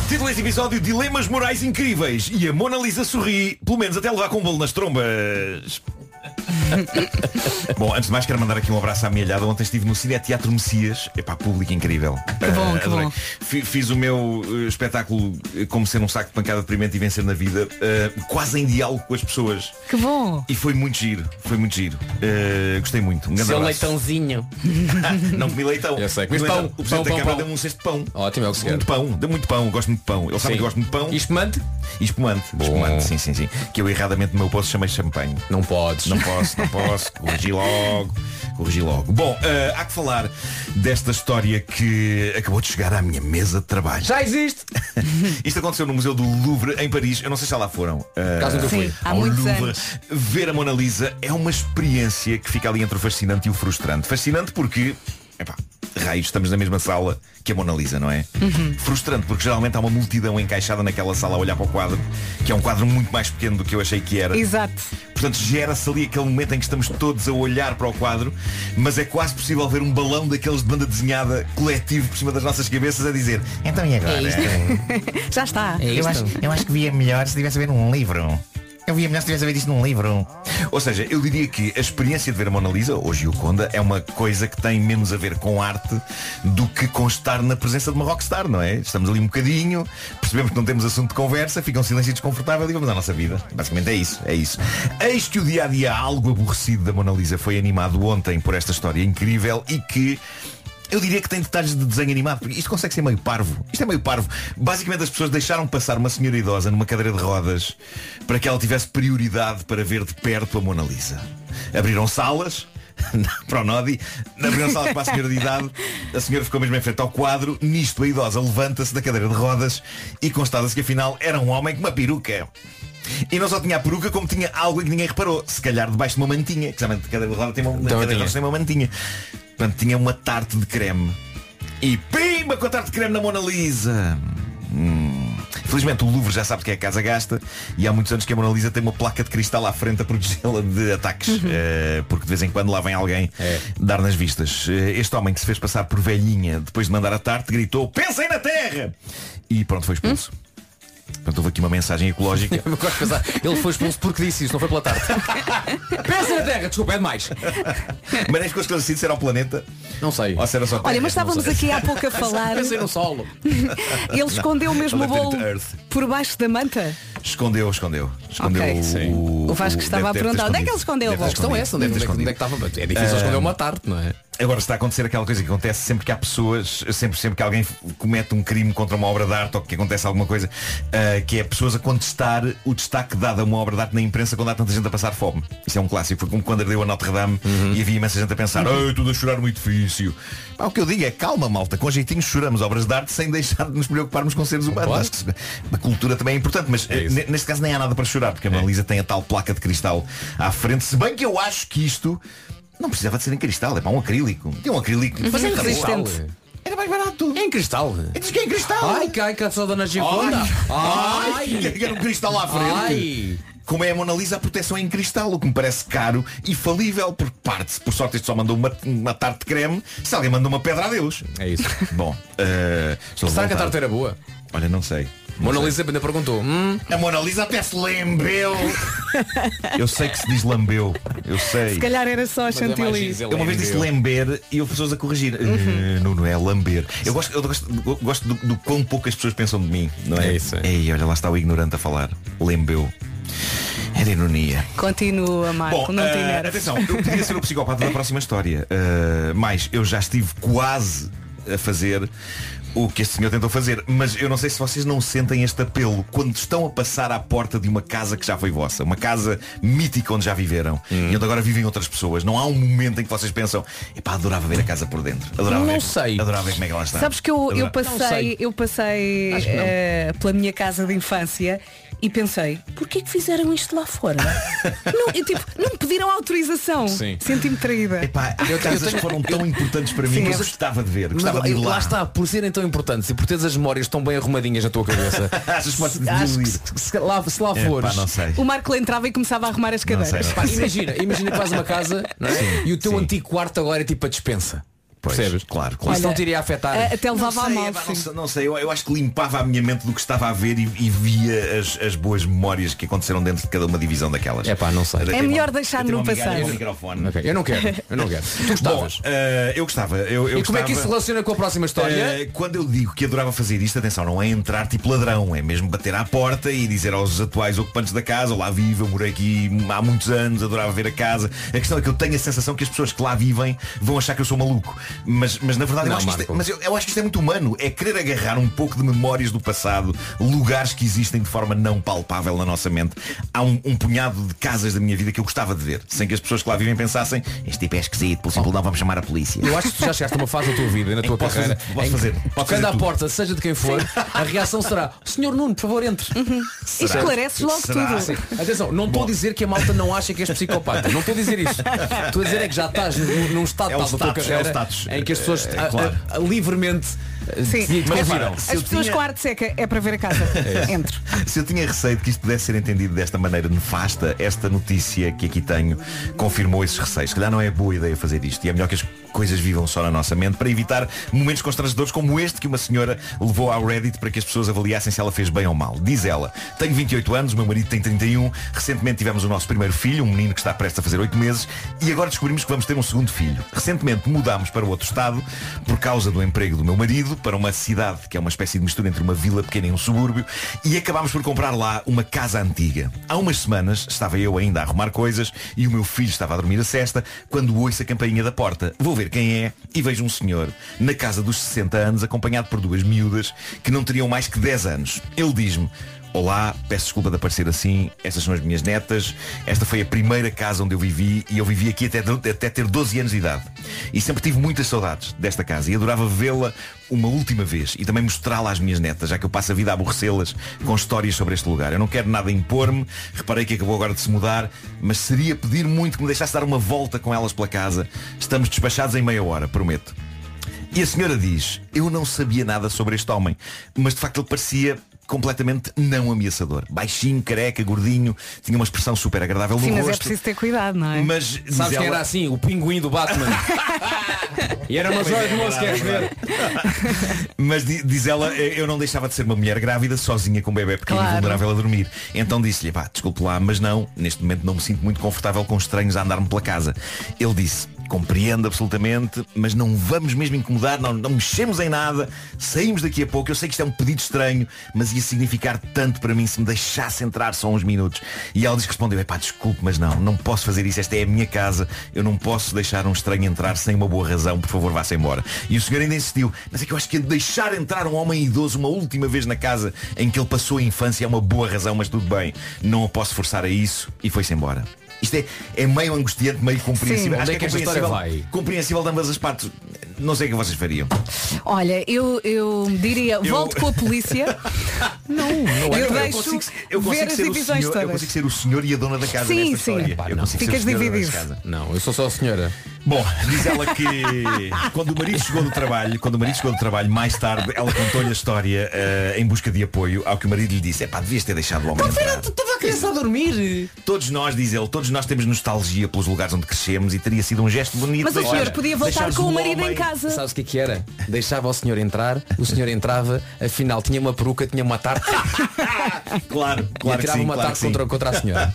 H: Título deste episódio Dilemas Morais Incríveis E a Mona Lisa sorri, pelo menos até levar com um bolo nas trombas Bom, antes de mais quero mandar aqui um abraço à minha alhada. Ontem estive no Cine Teatro Messias Epá, público incrível
B: Que bom,
H: Ah,
B: que
H: adorei.
B: bom.
H: Fi- Fiz o meu eh, espetáculo eh, Como ser um saco de pancada deprimente e vencer na vida ah, Quase em diálogo com as pessoas
B: Que bom!
H: E foi muito giro, foi muito giro Ah, Gostei muito, um grande
G: Seu
H: abraço
G: leitãozinho.
H: Não comi leitão
G: Eu sei,
H: Comi
G: mas
H: leitão.
G: pão,
H: O
G: pão,
H: Presidente da
G: pão,
H: Câmara
G: pão.
H: deu-me um cesto de pão
G: Ótimo, é o que se quer.
H: Muito pão, deu muito pão, gosto muito de pão Ele sabe que
G: Sim.
H: gosto muito de pão
G: E espumante?
H: E espumante. Espumante, sim, sim, sim. Que eu erradamente no meu poço chamei champanhe.
G: Não podes.
H: Não posso, não posso. Corrigi logo. Corrigi logo. Bom, eh, há que falar desta história que acabou de chegar à minha mesa de trabalho.
G: Já existe.
H: Isto aconteceu no Museu do Louvre, em Paris. Eu não sei se já lá foram. eh,
G: Caso nunca fui.
B: Sim, há
H: ao
B: muitos
H: Louvre.
B: anos.
H: Ver a Mona Lisa é uma experiência que fica ali entre o fascinante e o frustrante. Fascinante porque, epá, raios, estamos na mesma sala que a Mona Lisa, não é?
B: Uhum.
H: Frustrante porque geralmente há uma multidão encaixada naquela sala a olhar para o quadro, que é um quadro muito mais pequeno do que eu achei que era.
B: Exato.
H: Portanto, gera-se ali aquele momento em que estamos todos a olhar para o quadro, mas é quase possível ver um balão daqueles de banda desenhada coletivo por cima das nossas cabeças a dizer Então e
B: É
H: agora?
B: Já está.
H: É,
I: Eu acho, eu acho que via melhor se tivesse a ver num livro. Eu via melhor se tivesse a ver isto num livro.
H: Ou seja, eu diria que a experiência de ver a Mona Lisa, ou Gioconda, é uma coisa que tem menos a ver com arte do que com estar na presença de uma rockstar, não é? Estamos ali um bocadinho, percebemos que não temos assunto de conversa, fica um silêncio desconfortável e vamos à nossa vida. Basicamente é isso, é isso. Eis que o dia-a-dia algo aborrecido da Mona Lisa foi animado ontem por esta história incrível e que eu diria que tem detalhes de desenho animado, porque isto consegue ser meio parvo. Isto é meio parvo. Basicamente as pessoas deixaram passar uma senhora idosa numa cadeira de rodas para que ela tivesse prioridade para ver de perto a Mona Lisa. Abriram salas para o Nodi, abriram salas para a senhora de idade, a senhora ficou mesmo em frente ao quadro, nisto a idosa levanta-se da cadeira de rodas e constata-se que afinal era um homem com uma peruca. E não só tinha a peruca, como tinha algo em que ninguém reparou. Se calhar debaixo de uma mantinha. Que sabe, cada roda tem uma, na cadeira de rodas tem uma mantinha. Portanto, tinha uma tarte de creme. E pimba com a tarte de creme na Mona Lisa. Hum. Felizmente o Louvre já sabe que é a casa gasta e há muitos anos que a Mona Lisa tem uma placa de cristal à frente a protegê-la de ataques,
B: Uhum.
H: eh, porque de vez em quando lá vem alguém
B: É.
H: dar nas vistas. Eh, este homem que se fez passar por velhinha depois de mandar a tarte gritou Pensem na Terra! E pronto, foi expulso.
B: Hum?
H: Portanto, houve aqui uma mensagem ecológica.
G: Eu gosto de pensar, ele foi expulso porque disse isso, não foi pela tarde. Pensa na terra, desculpa, é demais.
H: Mas nem ficou esclarecido se era o planeta
G: Não sei.
H: ou se era só a
B: Olha,
H: Terra.
B: mas estávamos aqui há pouco a falar.
G: Pensei no solo.
B: Ele escondeu mesmo o
H: Não deve ter
B: bolo
H: dito Earth.
B: por baixo da manta?
H: Escondeu, escondeu. Escondeu
B: Ok. Sim.
H: o,
B: O Vasco estava
H: deve ter
B: a perguntar, onde é que ele
H: escondido.
B: escondeu o
H: Deve ter
B: bolo?
G: A questão é essa, onde é,
H: escondido,
G: onde é que- onde
H: deve
G: é que
H: ter
G: estava? É difícil esconder uma tarte, não é?
H: Agora está a acontecer aquela coisa que acontece sempre que há pessoas, sempre, sempre que alguém comete um crime contra uma obra de arte ou que acontece alguma coisa, ah, que é pessoas a contestar o destaque dado a uma obra de arte na imprensa quando há tanta gente a passar fome. Isso é um clássico. Foi como quando ardeu a Notre Dame e havia imensa gente a pensar, ai, tudo a chorar no edifício. Pá, o que eu digo é, calma malta, com jeitinho choramos obras de arte sem deixar de nos preocuparmos com seres humanos.
G: Claro.
H: Acho que a cultura também é importante, mas eh, ne- neste caso nem há nada para chorar, porque a
G: É.
H: Mona Lisa tem a tal placa de cristal à frente, se bem que eu acho que isto. Não precisava de ser em cristal, é para um acrílico. Tem um acrílico. Mas é
B: resistente.
H: Era mais barato.
G: É em cristal.
H: Eu disse que é em cristal.
G: Ai, cai, cansou da Dona Gioconda.
H: Ai,
G: Ai.
H: que era um cristal à frente.
G: Ai.
H: Como é a Mona Lisa, a proteção é em cristal, o que me parece caro e falível, porque parte-se, por sorte, isto só mandou uma, uma tarte de creme, se alguém mandou uma pedra a Deus.
G: É isso.
H: Bom, eh, estou
G: Será que a
H: revoltado.
G: tarte é- era boa?
H: Olha, não sei.
G: Mona Lisa ainda perguntou. Hum,
I: A Mona Lisa até se lembeu.
H: Eu sei que se diz lambeu. Eu sei.
B: Se calhar era só a
G: mas é mais
B: chantilly.
G: Gisele
H: Eu uma vez disse
G: Lembeu.
H: lamber e houve pessoas a corrigir. Eh, Nuno, é lamber. Eu gosto, eu gosto, eu gosto do, do quão pouco as pessoas pensam de mim, não é?
G: É isso, é.
H: Ei, olha, lá está o ignorante a falar. Lembeu. Era ironia.
B: Continua, Marco, não
H: eh,
B: te enerves.
H: atenção, eu podia ser o psicopata da próxima história. Eh, mas eu já estive quase a fazer o que este senhor tentou fazer. Mas eu não sei se vocês não sentem este apelo quando estão a passar à porta de uma casa que já foi vossa. Uma casa mítica onde já viveram.
G: Hum.
H: E onde agora vivem outras pessoas. Não há um momento em que vocês pensam, epá, adorava ver a casa por dentro. Adorava
G: Não
H: ver,
G: sei.
H: Adorava ver como é que ela está.
B: Sabes que eu, eu
H: Adorava-
B: passei,
G: sei.
B: eu passei
G: Acho que não.
B: eh, pela minha casa de infância e pensei, porquê que fizeram isto lá fora? não, e, tipo, não me pediram autorização.
G: Sim.
B: Senti-me traída.
H: Epá, há casas que foram tão importantes para mim
B: Sim,
H: que
B: é.
H: eu gostava de ver.
G: Mas
H: Gostava de ir
G: lá
H: lá.
G: está, por serem tão importantes e por teres as memórias tão bem arrumadinhas na tua cabeça.
H: Achas que podes
G: acho que
H: desiludir?
G: se, se lá, se lá
H: Epá,
G: fores.
H: não sei.
B: O Marco entrava e começava a arrumar as
H: Não
B: cadeiras.
H: sei, não
G: Pá, imagina, imagina que vais a uma casa não é? e o teu antigo quarto agora é tipo a dispensa.
H: Pois,
G: Percebes?
H: claro, claro.
G: Isso não te iria afetar.
B: Ah, até
H: Não
B: levava
H: sei,
B: a mal.
H: é pá, não
B: sim.
H: sei, não sei, eu, eu acho que limpava a minha mente do que estava a ver e, e via as, as boas memórias que aconteceram dentro de cada uma divisão daquelas.
G: É pá, não sei.
H: Eu
G: É
H: tenho
B: melhor
H: uma-
B: deixar
H: eu tenho
B: no
H: uma migalha
B: passado.
H: no microfone.
G: Ok, Eu não quero, eu não quero. Tu
H: Bom,
G: gostavas.
H: eh, eu gostava. Eu, eu
G: e como é que isso se
H: gostava-
G: relaciona com a próxima história?
H: Eh, quando eu digo que adorava fazer isto, atenção, não é entrar tipo ladrão, é mesmo bater à porta e dizer aos atuais ocupantes da casa, lá vivo, eu morei aqui há muitos anos, adorava ver a casa. A questão é que eu tenho a sensação que as pessoas que lá vivem vão achar que eu sou maluco. Mas, mas na verdade eu,
G: Não,
H: acho que isto, é-
G: Marco.
H: mas eu, eu acho que isto é muito humano. É querer agarrar um pouco de memórias do passado, lugares que existem de forma não palpável na nossa mente. Há um, um punhado de casas da minha vida que eu gostava de ver, sem que as pessoas que lá vivem pensassem, este tipo é esquisito, pelo simples não vamos chamar a polícia.
G: Eu acho que tu já chegaste a uma fase da tua vida, e na
H: que
G: tua
H: posso
G: carreira.
H: fazer- posso
G: em que,
H: fazer- posso fazer
G: Tocando à
H: tudo.
G: porta, seja de quem for, a reação será, senhor Nuno, por favor, entre.
H: Será?
B: Esclareces logo
H: Será?
B: tudo.
G: Sim. Atenção, não estou a dizer que a malta não acha que és psicopata. Não estou a dizer isso. Estou a dizer é que já estás num num estado
H: É o
G: tal da tua
H: status,
G: carreira
H: é o status.
G: em que as pessoas
H: É,
G: a- a-
H: claro.
G: a- livremente eh,
B: Sim.
G: te- te
H: Mas
G: convidam.
H: repara, se
B: As
H: eu
B: pessoas
H: tinha-
B: com a arte seca é para ver a casa. Entro.
H: Se eu tinha receio de que isto pudesse ser entendido desta maneira nefasta, esta notícia que aqui tenho confirmou esses receios. Se calhar não é boa ideia fazer isto. E é melhor que as coisas vivam só na nossa mente para evitar momentos constrangedores como este que uma senhora levou ao Reddit para que as pessoas avaliassem se ela fez bem ou mal. Diz ela, tenho 28 anos, o meu marido tem 31, recentemente tivemos o nosso primeiro filho, um menino que está prestes a fazer 8 meses, e agora descobrimos que vamos ter um segundo filho. Recentemente mudámos para outro estado por causa do emprego do meu marido, para uma cidade que é uma espécie de mistura entre uma vila pequena e um subúrbio, e acabámos por comprar lá uma casa antiga. Há umas semanas estava eu ainda a arrumar coisas e o meu filho estava a dormir a cesta quando ouço a campainha da porta. Vou ver quem é e vejo um senhor na casa dos 60 anos acompanhado por duas miúdas que não teriam mais que 10 anos. Ele diz-me Olá, peço desculpa de aparecer assim. Estas são as minhas netas. Esta foi a primeira casa onde eu vivi e eu vivi aqui até, até ter 12 anos de idade. E sempre tive muitas saudades desta casa e adorava vê-la uma última vez e também mostrá-la às minhas netas, já que eu passo a vida a aborrecê-las com histórias sobre este lugar. Eu não quero nada impor-me, reparei que acabou agora de se mudar, mas seria pedir muito que me deixasse dar uma volta com elas pela casa. Estamos despachados em meia hora, prometo. E a senhora diz, eu não sabia nada sobre este homem, mas de facto ele parecia completamente não ameaçador. Baixinho, careca, gordinho, tinha uma expressão super agradável
B: Sim,
H: no
B: mas é
H: rosto.
B: preciso ter cuidado, não é?
H: Mas diz
G: Sabes quem
H: ela-
G: era assim? O pinguim do Batman. e era uma joia de moço, queres ver?
H: Mas di- diz ela, eu não deixava de ser uma mulher grávida, sozinha com um bebê pequeno
B: Claro.
H: e vulnerável a dormir. Então disse-lhe, pá, desculpe lá, mas não, neste momento não me sinto muito confortável com estranhos a andar-me pela casa. Ele disse, compreendo absolutamente, mas não vamos mesmo incomodar, não, não mexemos em nada, saímos daqui a pouco, eu sei que isto é um pedido estranho, mas ia significar tanto para mim se me deixasse entrar só uns minutos. E ela diz que respondeu, pá, desculpe, mas não, não posso fazer isso, esta é a minha casa, eu não posso deixar um estranho entrar sem uma boa razão, por favor vá-se embora. E o senhor ainda insistiu, mas é que eu acho que deixar entrar um homem idoso uma última vez na casa em que ele passou a infância é uma boa razão, mas tudo bem, não a posso forçar a isso e foi-se embora. Isto é, é meio angustiante, meio compreensível.
G: Sim, onde é que esta história
H: compreensível,
G: vai?
H: compreensível de ambas as partes. Não sei o que vocês fariam.
B: Olha, eu, eu diria, volte com a polícia. não, não
H: é. Eu,
B: eu,
H: eu
B: deixo
H: consigo, eu
B: ver
H: consigo
B: as
H: ser o
B: divisões
H: senhor, eu
B: todas.
H: consigo ser o senhor e a dona da casa
B: Sim, sim.
H: nesta história.
B: Epá,
H: Eu
G: não.
H: consigo ser
B: Ficas
H: o senhor e a dona
B: dividido.
H: da casa.
G: Não, eu sou só a senhora.
H: Bom, diz ela que quando o marido chegou do trabalho, quando o marido chegou do trabalho, mais
B: Então,
H: tarde ela contou-lhe a história eh, em busca de apoio, ao que o marido lhe disse, é pá, devias ter deixado o homem. entrar."
I: Estava
G: criança a dormir.
H: Todos nós, diz ele, todos nós temos nostalgia pelos lugares onde crescemos e teria sido um gesto bonito.
B: Mas o
A: é
H: deixar-
B: senhor podia voltar
H: deixarmos
B: com o
H: um
B: marido em
H: homem-
B: casa.
G: Sabes o que é que era? Deixava o senhor entrar, o senhor entrava, afinal tinha uma peruca, tinha uma tarde
H: Claro,
G: e
H: claro que
G: atirava
H: sim,
G: uma
H: claro que
G: tarde
H: sim.
G: contra, contra a senhora.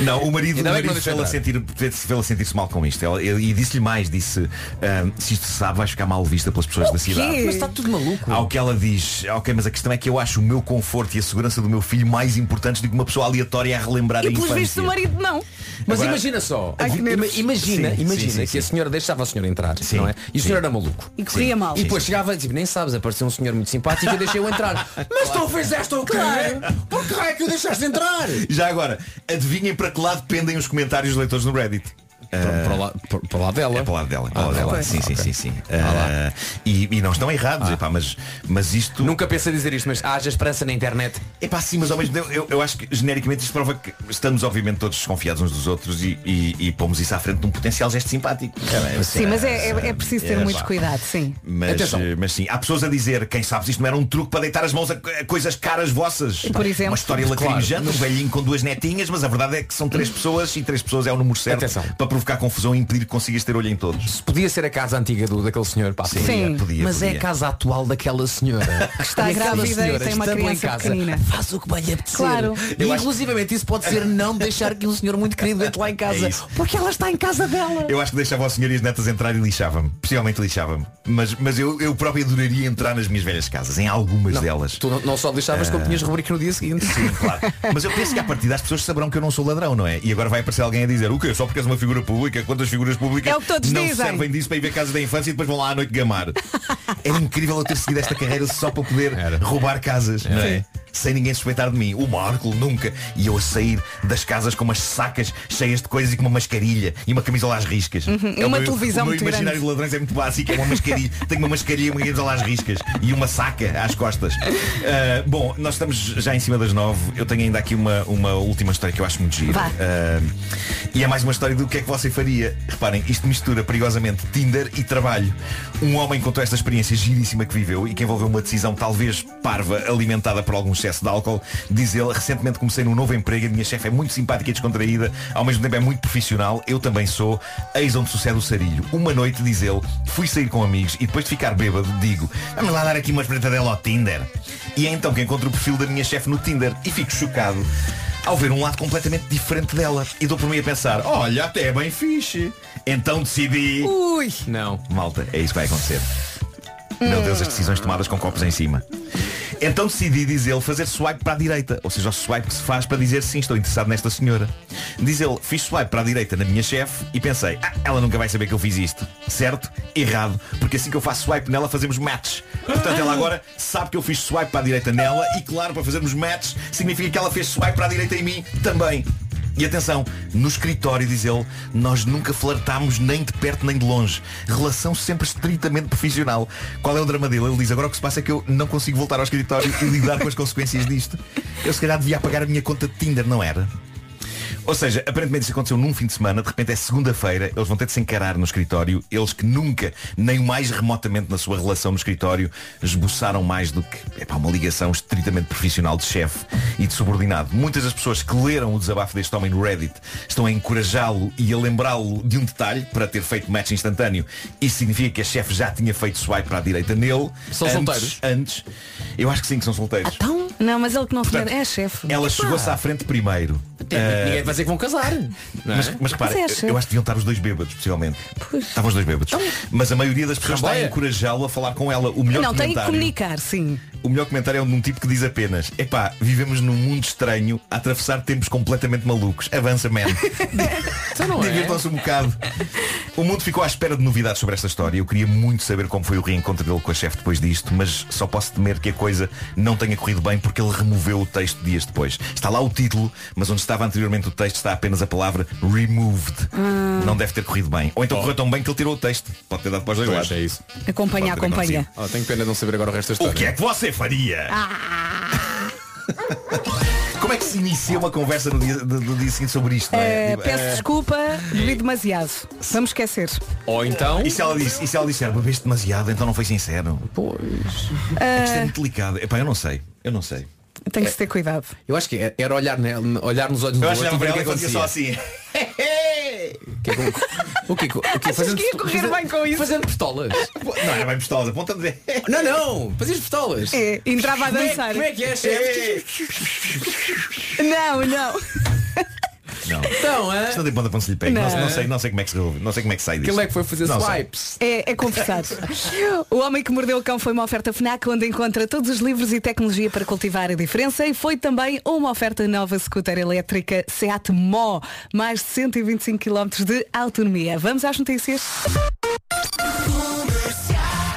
H: Não, o marido, o
G: Ainda bem
H: marido
G: que não deixou
H: fez-la sentir- fez- fez-la sentir-se mal com isto. Ela- ele- e disse-lhe mais, disse, "Ah, se isto se sabe, vais ficar mal vista pelas pessoas da cidade.
G: Mas tá está tudo maluco.
H: Ao que ela diz, ok, mas a questão é que eu acho o meu conforto e a segurança do meu filho mais importantes do que uma pessoa aleatória a relembrar
B: E
H: a
B: pelos
H: infância.
B: vistos o marido não.
G: Mas
H: Agora-
G: imagina só,
B: Ai, que
G: ima-
B: nervos.
G: imagina,
H: Sim,
G: imagina
H: sim, sim,
G: que a
H: sim.
G: senhora deixava o senhor entrar,
H: Sim,
G: não é? E o
H: sim.
G: senhor era maluco.
B: E corria mal.
G: E depois chegava e dizia, nem sabes, apareceu um senhor muito simpático e eu deixei-o entrar. Mas tu fizeste o quê? Por que é que o deixaste entrar?
H: Já agora, adivinhem para que lado pendem os comentários dos leitores no Reddit.
G: Para, para, o la- para- para o lado dela.
H: É para o lado dela, para o
G: Ah,
H: lado dela.
G: ok.
H: Sim, sim, sim, sim. Ah,
G: Ah,
H: e, e não estão errados, epá, mas, mas isto.
G: Nunca pensei dizer isto, mas haja esperança na internet.
H: Epá, sim, mas ao mesmo tempo eu, eu acho que genericamente isto prova que estamos obviamente todos desconfiados uns dos outros e, e, e pomos isso à frente de um potencial gesto simpático.
B: Sim, mas é, é, é preciso ter
H: É,
B: muito
H: pá.
B: cuidado, sim.
H: Mas,
G: Atenção.
H: eh, mas sim, há pessoas a dizer, quem sabe se isto não era um truque para deitar as mãos a, co- a coisas caras vossas.
B: Por exemplo.
H: Uma história
G: Claro.
H: lacrimejante, um velhinho com duas netinhas, mas a verdade é que são três pessoas e três pessoas é o número certo
G: Atenção.
H: para provocar confusão e impedir que consigas ter olho em todos.
G: Se podia ser a casa antiga do, daquele senhor, pá, podia.
B: Sim.
G: Mas é a casa atual daquela senhora que
B: está grávida e tem uma criança pequenina.
G: Faz o que bem lhe apetecer
B: Claro.
G: E inclusivamente isso pode ser não deixar que um senhor muito querido entre lá em casa
H: É isso.
G: Porque ela está em casa dela
H: Eu acho que deixava o senhor e as netas entrar e lixava-me. Possivelmente lixava-me. Mas, mas eu, eu próprio adoraria entrar nas minhas velhas casas, em algumas delas.
G: Tu não- não só deixavas como tinhas rubrica no dia seguinte
H: Sim, claro. Mas eu penso que a partir das pessoas saberão que eu não sou ladrão, não é? E agora vai aparecer alguém a dizer o quê? Só porque és uma figura pública, quantas figuras públicas
B: É o que todos
H: não
B: dizem.
H: servem disso para ir ver casas da infância e depois vão lá à noite gamar. Era incrível eu ter seguido esta carreira só para poder roubar casas, não é? Sem ninguém suspeitar de mim. O Marco nunca. E eu a sair das casas com umas sacas cheias de coisas e com uma mascarilha e uma camisola às riscas.
B: E
H: É o
B: uma
H: meu-
B: televisão
H: o meu
B: muito
H: imaginário
B: grande.
H: de ladrões é muito básico, é uma mascarilha, tenho uma mascarilha, uma camisola às riscas e uma saca às costas. Ah, bom, nós estamos já em cima das nove, eu tenho ainda aqui uma, uma última história que eu acho muito gira.
B: Vá.
H: Ah, e é mais uma história do que é que você faria. Reparem, isto mistura perigosamente Tinder e trabalho. Um homem contou esta experiência giríssima que viveu e que envolveu uma decisão talvez parva, alimentada por algum excesso de álcool. Diz ele, recentemente comecei num novo emprego e a minha chefe é muito simpática e descontraída, ao mesmo tempo é muito profissional, eu também sou. Eis onde sucede o sarilho. Uma noite, diz ele, fui sair com amigos e depois de ficar bêbado, digo, vamos lá dar aqui uma espreitadela ao Tinder. E é então que encontro o perfil da minha chefe no Tinder e fico chocado ao ver um lado completamente diferente dela. E dou por mim a pensar, olha, até é bem fixe. Então decidi.
B: Ui,
G: Não
H: Malta, é isso que vai acontecer. Meu Deus, as decisões tomadas com copos em cima. Então decidi, diz ele, fazer swipe para a direita. Ou seja, o swipe que se faz para dizer sim, estou interessado nesta senhora. Diz ele, fiz swipe para a direita na minha chefe e pensei, ah, ela nunca vai saber que eu fiz isto. Certo? Errado. Porque assim que eu faço swipe nela, fazemos match. Portanto, ela agora sabe que eu fiz swipe para a direita nela e, claro, para fazermos match, significa que ela fez swipe para a direita em mim também. E atenção, no escritório, diz ele, nós nunca flertámos nem de perto nem de longe. Relação sempre estritamente profissional. Qual é o drama dele? Ele diz, agora o que se passa é que eu não consigo voltar ao escritório e lidar com as consequências disto. Eu se calhar devia apagar a minha conta de Tinder, não era? Ou seja, aparentemente isso aconteceu num fim de semana, de repente é segunda-feira, eles vão ter de se encarar no escritório, eles que nunca, nem o mais remotamente na sua relação no escritório, esboçaram mais do que epá, uma ligação estritamente profissional de chefe e de subordinado. Muitas das pessoas que leram o desabafo deste homem no Reddit estão a encorajá-lo e a lembrá-lo de um detalhe para ter feito match instantâneo. Isso significa que a chefe já tinha feito swipe para a direita nele.
G: São
H: antes,
G: solteiros?
H: Antes. Eu acho que sim, que são solteiros.
B: então? Não, mas ele que não se
H: Portanto, um
B: lembra. É chefe.
H: Ela chegou-se à frente primeiro. Ah,
G: Ninguém vai dizer que vão casar não é?
H: mas, mas repara,
B: Mas é
H: eu
B: chefe.
H: acho que deviam estar os dois bêbados, possivelmente. Estavam os dois bêbados. Mas a maioria das pessoas está a
G: Ramboia.
H: encorajá-lo a falar com ela. O melhor
B: Não, tem que
H: comentário.
B: comunicar, sim.
H: O melhor comentário é um de um tipo que diz apenas Epá, vivemos num mundo estranho a atravessar tempos completamente malucos Avança, man
G: Então não é
H: Divirtam-se um bocado O mundo ficou à espera de novidades sobre esta história Eu queria muito saber como foi o reencontro dele com a chefe depois disto Mas só posso temer que a coisa não tenha corrido bem Porque ele removeu o texto dias depois Está lá o título Mas onde estava anteriormente o texto está apenas a palavra Removed
G: Ah.
H: Não deve ter corrido bem Ou então correu tão bem que ele tirou o texto Pode ter dado para os dois
G: Oh. Pois,
H: lados
G: é isso
B: Acompanha,
H: Pode ter acontecido.
B: acompanha.
G: Oh, Tenho pena de não saber agora o resto da
H: O
G: história
H: que é que você faria?
B: Ah.
H: Como é que se inicia uma conversa no dia, do, do dia seguinte sobre isto? não é?
B: Eh,
H: Tipo,
B: peço
H: eh,
B: desculpa, bebi demasiado. Vamos esquecer.
G: Ou então
H: E se ela disse, e se ela disser, bebeste
B: Ah.
H: demasiado, então não foi sincero? Pois. É que isto é muito delicado. Epá, eu não sei. Eu não sei.
B: Tem que se ter cuidado.
G: Eu acho que era olhar, ne- olhar nos olhos do
H: Eu acho que
G: outro e
H: não
G: ver
H: para
G: o que
H: ela fazia
G: acontecia.
H: só assim.
G: O que é que- O que é que- o que é que- fazendo-
B: que ia correr
G: fazendo-
B: bem com isso?
G: Fazendo pistolas.
H: Não, era bem pistola, apontando.
G: Não, não. Fazias pistolas.
B: É, entrava a
G: Como é-
B: dançar.
G: Como é que é, chefe?
B: Não, não.
G: Então, é?
H: Isto não tem ponta para onde se lhe pega. Não. não sei, não sei como é que se resolve. Não sei como é que sai disto.
G: Aquilo é que foi fazer
H: Não sei.
G: swipes.
B: É, é conversado. o Homem que Mordeu o Cão foi uma oferta FNAC onde encontra todos os livros e tecnologia para cultivar a diferença e foi também uma oferta nova scooter elétrica Seat Mó. Mais de 125 km de autonomia. Vamos às notícias.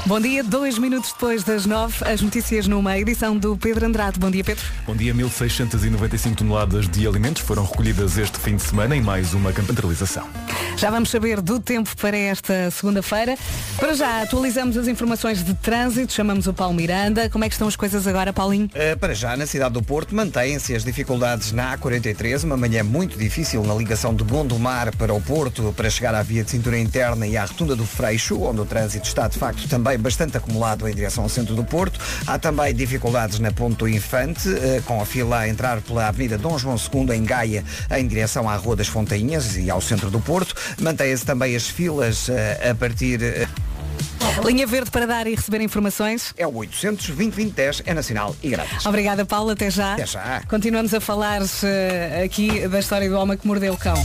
B: Bom dia, dois minutos depois das nove, as notícias numa edição do Pedro Andrade. Bom dia, Pedro.
A: Bom dia, 1.695 toneladas de alimentos foram recolhidas este fim de semana em mais uma centralização.
B: Já vamos saber do tempo para esta segunda-feira. Para já, atualizamos as informações de trânsito, chamamos o Paulo Miranda. Como é que estão as coisas agora, Paulinho?
C: Uh, Para já, na cidade do Porto, mantêm-se as dificuldades na A43, uma manhã muito difícil na ligação de Gondomar para o Porto, para chegar à via de cintura interna e à rotunda do Freixo, onde o trânsito está, de facto, também bastante acumulado em direção ao centro do Porto. Há também dificuldades na Ponte do Infante, uh, com a fila a entrar pela Avenida Dom João II, em Gaia, em direção à Rua das Fontainhas e ao centro do Porto. Mantêm-se também as filas uh, a partir... uh,
B: Linha verde para dar e receber informações.
C: É o 800 2010 é nacional e grátis.
B: Obrigada, Paulo. Até já.
C: Até já.
B: Continuamos a falar eh, aqui da história do homem que mordeu o cão.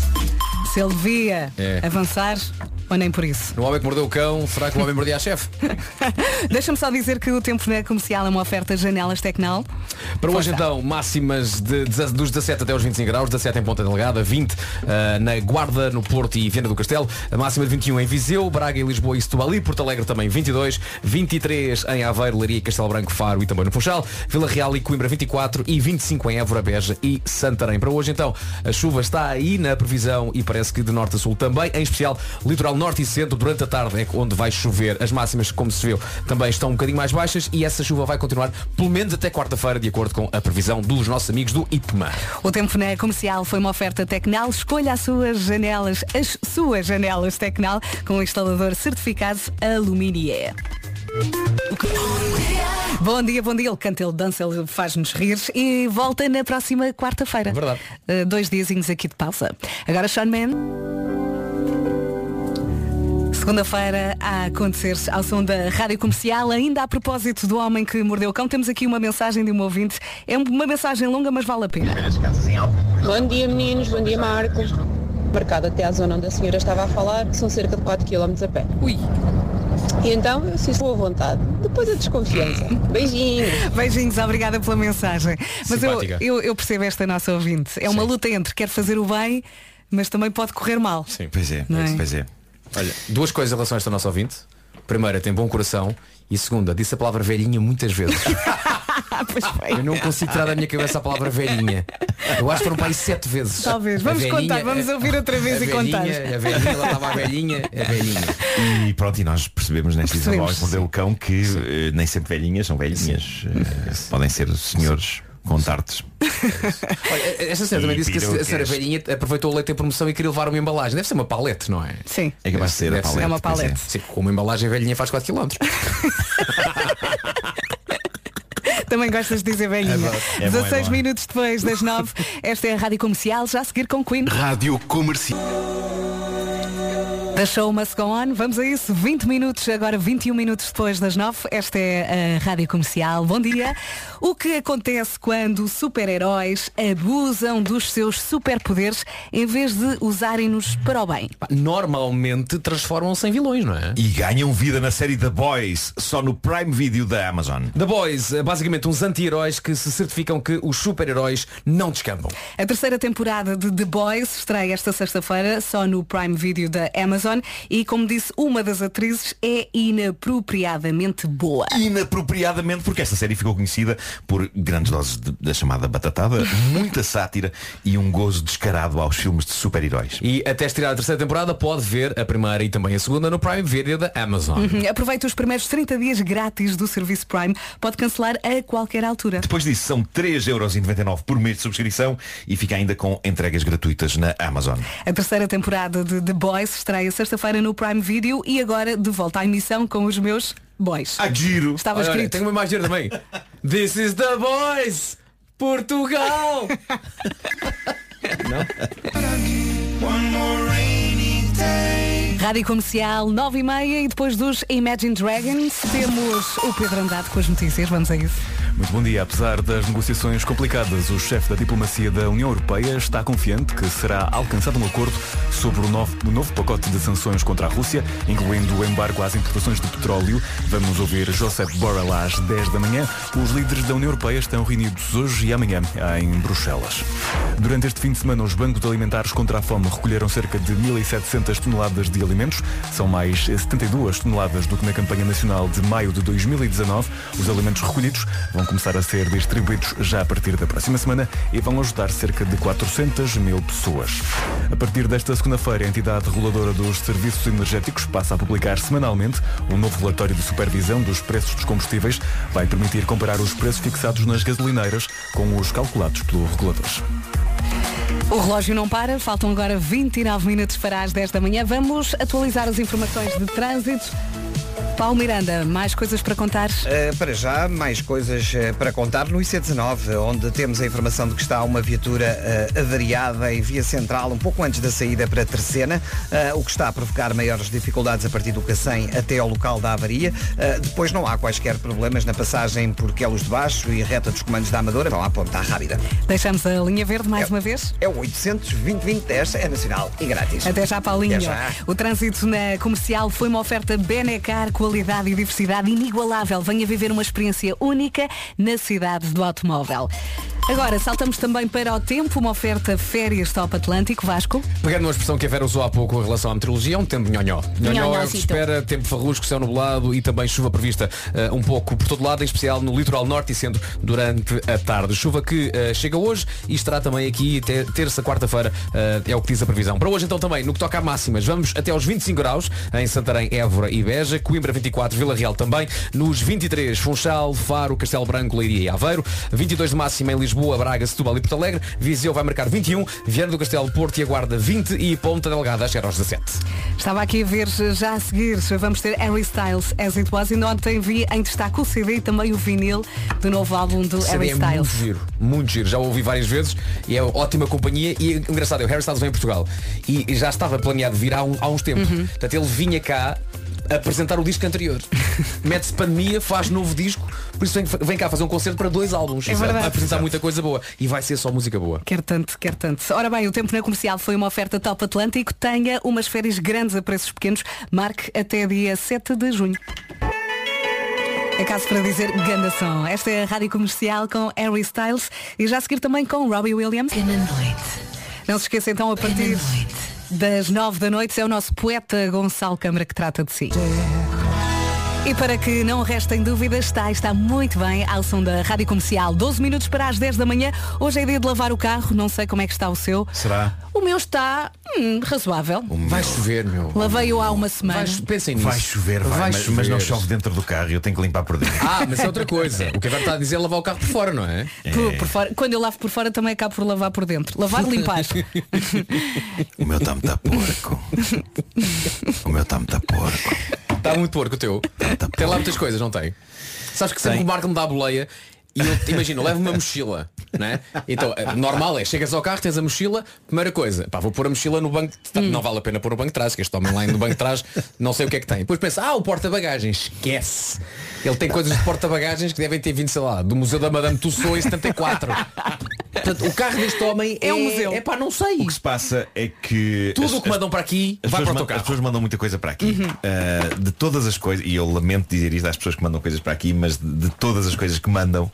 B: Se ele devia
G: É.
B: avançar ou nem por isso.
G: No Um homem que mordeu o cão, será que o homem mordia a chefe?
B: Deixa-me só dizer que o tempo na comercial é uma oferta Janelas Tecnal.
G: Para hoje
B: Força.
G: então, máximas de, deza- dos 17 até aos 25 graus, 17 em Ponta Delgada, 20 ah, na Guarda, no Porto e Viana do Castelo, a máxima de 21 em Viseu, Braga e Lisboa e Setúbal e Porto Alegre também 22, 23 em Aveiro, Leiria, e Castelo Branco, Faro e também no Funchal, Vila Real e Coimbra 24 e 25 em Évora, Beja e Santarém. Para hoje então, a chuva está aí na previsão e parece que de norte a sul também, em especial litoral norte e centro durante a tarde é onde vai chover. As máximas, como se viu, também estão um bocadinho mais baixas e essa chuva vai continuar pelo menos até quarta-feira, de acordo com a previsão dos nossos amigos do IPMA.
B: O tempo na comercial foi uma oferta Tecnal. Escolha as suas janelas, as suas janelas Tecnal com o instalador certificado Aluminier. Bom dia, bom dia. Ele canta, ele dança, ele faz-nos rir e volta na próxima quarta-feira.
G: Verdade.
B: Eh, dois diazinhos aqui de pausa. Agora Sean Man. Segunda-feira a acontecer ao som da Rádio Comercial, ainda a propósito do homem que mordeu o cão, temos aqui uma mensagem de um ouvinte. É uma mensagem longa, mas vale a pena.
J: Bom dia meninos, bom dia Marco. Marcado até à zona onde a senhora estava a falar, que são cerca de 4 km a pé. Ui! E então eu sinto boa vontade. Depois a desconfiança. Beijinhos!
B: Beijinhos, obrigada pela mensagem. Mas eu,
G: Simpática.
B: eu, eu percebo esta nossa ouvinte. É uma luta entre quer fazer o bem, mas também pode correr mal.
H: Pois é,
B: Não é?
H: pois é.
G: Olha, duas coisas em relação a esta nossa ouvinte. Primeira, tem bom coração e segunda, disse a palavra velhinha muitas vezes.
B: Ah, pois
G: Eu
B: bem.
G: não consigo tirar da minha cabeça a palavra velhinha. Eu acho que foram para aí sete vezes.
B: Talvez.
G: A
B: Vamos
G: velhinha,
B: contar, vamos
G: a-
B: ouvir outra vez
G: a
B: e
G: velhinha,
B: contar.
G: A velhinha, ela estava a velhinha, a velhinha.
H: E pronto, e nós percebemos nesta
B: Percebemos,
H: Isabel que mordeu o cão que eh, nem sempre velhinhas são velhinhas. Eh, podem ser senhores com tartes.
G: Olha, eh, esta senhora também
H: E
G: disse que a se- a senhora
H: perucas.
G: velhinha aproveitou o leite em promoção e queria levar uma embalagem. Deve ser uma palete, não é?
B: Sim.
H: É capaz de ser a
G: Deve ser.
H: paleta.
B: É uma
H: pois
B: palete.
G: Sim, com uma embalagem velhinha faz 4 km.
B: Também gostas de dizer velhinha.
H: é bom,
B: 16
H: é bom.
B: minutos depois das 9, esta é a Rádio Comercial, já a seguir com Queen.
A: Rádio Comercial.
B: Da Show Must Go On, vamos a isso. 20 minutos, agora 21 minutos depois das 9. Esta é a Rádio Comercial. Bom dia. O que acontece quando super-heróis abusam dos seus superpoderes em vez de usarem-nos para o bem?
G: Pá, Normalmente transformam-se em vilões, não é?
H: E ganham vida na série The Boys, só no Prime Video da Amazon.
G: The Boys, eh, basicamente uns anti-heróis que se certificam que os super-heróis não descampam.
B: A terceira temporada de The Boys estreia esta sexta-feira só no Prime Video da Amazon e, como disse uma das atrizes, é inapropriadamente boa.
H: Inapropriadamente, porque esta série ficou conhecida por grandes doses de- da chamada batatada, muita sátira e um gozo descarado aos filmes de super-heróis.
G: E até estirar a terceira temporada pode ver a primeira e também a segunda no Prime Video da Amazon.
B: Aproveita os primeiros 30 dias grátis do serviço Prime. Pode cancelar a qualquer altura.
H: Depois disso, são 3,99€ por mês de subscrição e fica ainda com entregas gratuitas na Amazon.
B: A terceira temporada de The Boys estreia sexta-feira no Prime Video e agora de volta à emissão com os meus boys.
H: A giro!
B: Estava
G: Olha, olha,
B: escrito.
G: tenho uma imagem também. This is the boys! Portugal!
B: Rádio Comercial 9 e meia e depois dos Imagine Dragons temos o Pedro Andrade com as notícias. Vamos a isso.
A: Muito bom dia. Apesar das negociações complicadas, o chefe da diplomacia da União Europeia está confiante que será alcançado um acordo sobre o novo, o novo pacote de sanções contra a Rússia, incluindo o embargo às importações de petróleo. Vamos ouvir Josep Borrell às 10 da manhã. Os líderes da União Europeia estão reunidos hoje e amanhã em Bruxelas. Durante este fim de semana, os bancos alimentares contra a fome recolheram cerca de 1.700 toneladas de alimentos. São mais 72 toneladas do que na campanha nacional de maio de 2019. Os alimentos recolhidos vão começar a ser distribuídos já a partir da próxima semana e vão ajudar cerca de 400 mil pessoas. A partir desta segunda-feira, a entidade reguladora dos serviços energéticos passa a publicar semanalmente um novo relatório de supervisão dos preços dos combustíveis. Vai permitir comparar os preços fixados nas gasolineiras com os calculados pelo regulador.
B: O relógio não para, faltam agora 29 minutos para as 10 da manhã. Vamos atualizar as informações de trânsito. Paulo Miranda, mais coisas para contar?
C: Uh, para já, mais coisas uh, para contar no IC19, onde temos a informação de que está uma viatura uh, avariada em via central, um pouco antes da saída para Terceira, o que está a provocar maiores dificuldades a partir do Cacém até ao local da avaria. Uh, depois não há quaisquer problemas na passagem por Quelos de Baixo e reta dos comandos da Amadora. Vão à ponta rápida.
B: Deixamos a linha verde mais
C: É-
B: uma vez.
C: É o 800 é nacional e grátis.
B: Até já, Paulinho.
C: Até já.
B: O trânsito na comercial foi uma oferta Benecar, qualidade e diversidade inigualável. Venha viver uma experiência única na cidade do automóvel. Agora, saltamos também para o tempo, uma oferta férias Top Atlântico, Vasco.
G: Pegando uma expressão que a Vera usou há pouco em relação à meteorologia, é um tempo nhonhó. Nhonhó é o que se
K: Nhonhózito.
G: espera, tempo farrusco, céu nublado e também chuva prevista eh, um pouco por todo lado, em especial no litoral norte e centro durante a tarde. Chuva que eh, chega hoje e estará também aqui até terça, quarta-feira, eh, é o que diz a previsão. Para hoje então também, no que toca a máximas, vamos até aos 25 graus em Santarém, Évora e Beja, Coimbra 24, Vila Real também, nos 23, Funchal, Faro, Castelo Branco, Leiria e Aveiro, 22 de máxima em Lisboa, Braga, Setúbal e Porto Alegre, Viseu vai marcar 21, Viana do Castelo, Porto e Aguarda 20 e Ponta Delgada a chegar aos 17.
B: Estava aqui a ver já a seguir, vamos ter Harry Styles As It Was e ontem vi em destaque o CD e também o vinil do novo álbum do
G: CD
B: Harry
G: é muito
B: Styles.
G: giro, muito giro. Já o ouvi várias vezes e é ótima companhia. E engraçado, é o Harry Styles vem a Portugal e e já estava planeado vir há, um- há uns tempos. Portanto, ele vinha cá apresentar o disco anterior. Mete-se pandemia, faz novo disco, por isso vem, vem cá fazer um concerto para dois álbuns.
B: É verdade.
G: Vai apresentar muita coisa boa e vai ser só música boa.
B: Quer tanto, quer tanto. Ora bem, o tempo na comercial foi uma oferta top Atlântico. Tenha umas férias grandes a preços pequenos. Marque até dia 7 de junho. É caso para dizer grande som. Esta é a Rádio Comercial com Harry Styles e já a seguir também com Robbie Williams. Não se esqueça então a partir das 9 da noite é o nosso poeta Gonçalo Câmara que trata de si. E para que não restem dúvidas, está, está muito bem ao som da Rádio Comercial. 12 minutos para as 10 da manhã. Hoje é dia de lavar o carro, não sei como é que está o seu.
H: Será?
B: O meu está hum, razoável.
G: Vai chover, meu.
B: Lavei-o há uma semana.
G: pensem
H: Vai chover, vai, mas, mas não chove dentro do carro, eu tenho que limpar por dentro.
G: Ah, mas é outra coisa. O que a Vera está a dizer é lavar o carro por fora, não é?
B: Por- por fora. Quando eu lavo por fora também acabo por lavar por dentro. Lavar, limpar.
H: O meu está muito a porco. O é meu está muito a porco.
G: Está Tá muito porco o teu. Tem lá muitas coisas, não tem? Sabes que sempre
H: Tem.
G: o Marco me dá a boleia e eu, imagina, eu levo uma mochila, né? Então, é normal é, chegas ao carro, tens a mochila, primeira coisa, pá, vou pôr a mochila no banco, de-
H: Hum.
G: não vale a pena pôr no banco de trás, que este homem lá no banco de trás, não sei o que é que tem. Depois pensa, ah, o porta-bagagens, esquece. Ele tem coisas de porta-bagagens que devem ter vindo, sei lá, do Museu da Madame Tussauds em 74. Portanto, o carro deste homem é,
H: É um museu.
G: É pá, não sei.
H: O que se passa é que.
G: Tudo
H: as-
G: o que
H: as-
G: mandam para aqui
H: As pessoas,
G: vai para o
H: mandam,
G: teu
H: as
G: carro.
H: pessoas mandam muita coisa para aqui.
G: Uhum.
H: Uh, de todas as coisas, e eu lamento dizer isto às pessoas que mandam coisas para aqui, mas de, de todas as coisas que mandam,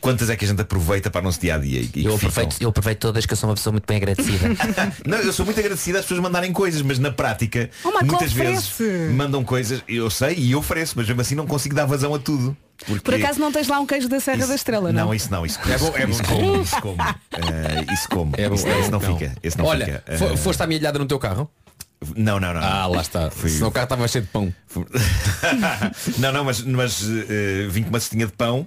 H: quantas é que a gente aproveita para o nosso dia a dia? E, eu, aproveito,
L: eu aproveito todas que eu sou uma pessoa muito bem agradecida.
H: Não, eu sou muito agradecido às pessoas mandarem coisas, mas na prática,
B: Oh, Marco,
H: muitas
B: oferece.
H: vezes mandam coisas, eu sei e eu ofereço, mas mesmo assim não consigo dar vazão a tudo. Porque...
B: Por acaso não tens lá um queijo da Serra da Estrela, não?
H: Não, isso não, isso,
G: É bom,
H: isso,
G: é bom.
H: isso como, isso como. Eh, isso como.
G: É bom,
H: isso,
G: é bom,
H: isso não
G: não.
H: fica. Esse não
G: Olha,
H: fica.
G: fo-
H: Eh,
G: foste à minha olhada no teu carro?
H: Não, não, não.
G: é. Ah, lá está. Senão o carro estava cheio de pão.
H: não, não, mas, mas eh, vim com uma cestinha de pão.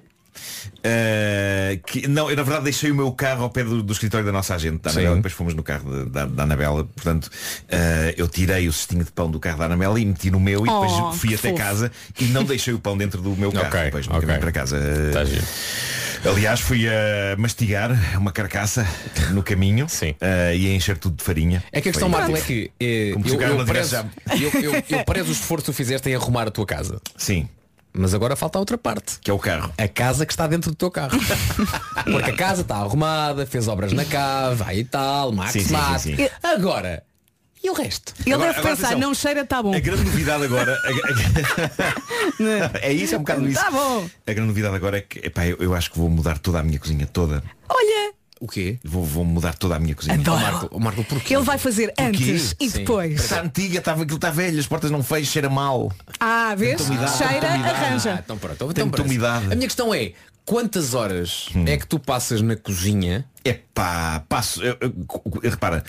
H: eh, que, não, eu na verdade deixei o meu carro ao pé do, do escritório da nossa agente da
G: Sim.
H: Anabela, depois fomos no carro de- da, da Anabela Portanto, eh, eu tirei o cestinho de pão do carro da Anabela e meti no meu E depois
G: Oh,
H: fui
G: que
H: até
G: fofo. Tá
H: casa E não deixei o pão dentro do meu carro Depois no caminho para casa Eh, Aliás, fui a mastigar uma carcaça no caminho eh, e a encher tudo de farinha.
G: É que a questão,
H: Foi-
G: Marco, é que eh,
H: Como
G: eu,
H: chegar
G: eu
H: na
G: prezo,
H: direção.
G: eu, eu- eu prezo o esforço que tu fizeste em arrumar a tua casa.
H: Sim.
G: Mas agora falta a outra parte.
H: Que é o carro.
G: A casa que está dentro do teu carro. Porque a casa está arrumada, fez obras na cava aí e tal, Max
H: Sim, sim, sim,
G: Max.
H: sim.
G: Agora, e o resto?
B: Ele
H: Agora-
B: deve
H: agora
B: pensar,
H: atenção. É
B: não cheira, tá bom.
H: A grande novidade agora. a- a- é isso, é um bocado isso.
B: Tá bom.
H: A grande novidade agora é que epá, eu, eu acho que vou mudar toda a minha cozinha toda.
B: Olha,
G: O quê?
H: Vou, vou mudar toda a minha cozinha.
B: Adoro.
G: Marco, Marco, porquê?
B: ele vai fazer antes e depois.
H: Está
G: é
H: antiga, estava, aquilo está velho, as portas não fez, cheira mal.
B: Ah, vês?
H: Tanta umidade,
B: Cheira,
H: tanta umidade.
G: Ah,
B: arranja.
G: então pronto,
H: Tem
G: então
H: muita
G: pronto.
H: umidade.
G: A minha questão é, quantas horas é que tu passas na cozinha?
H: Epá, passo. Eu, eu- eu- repara,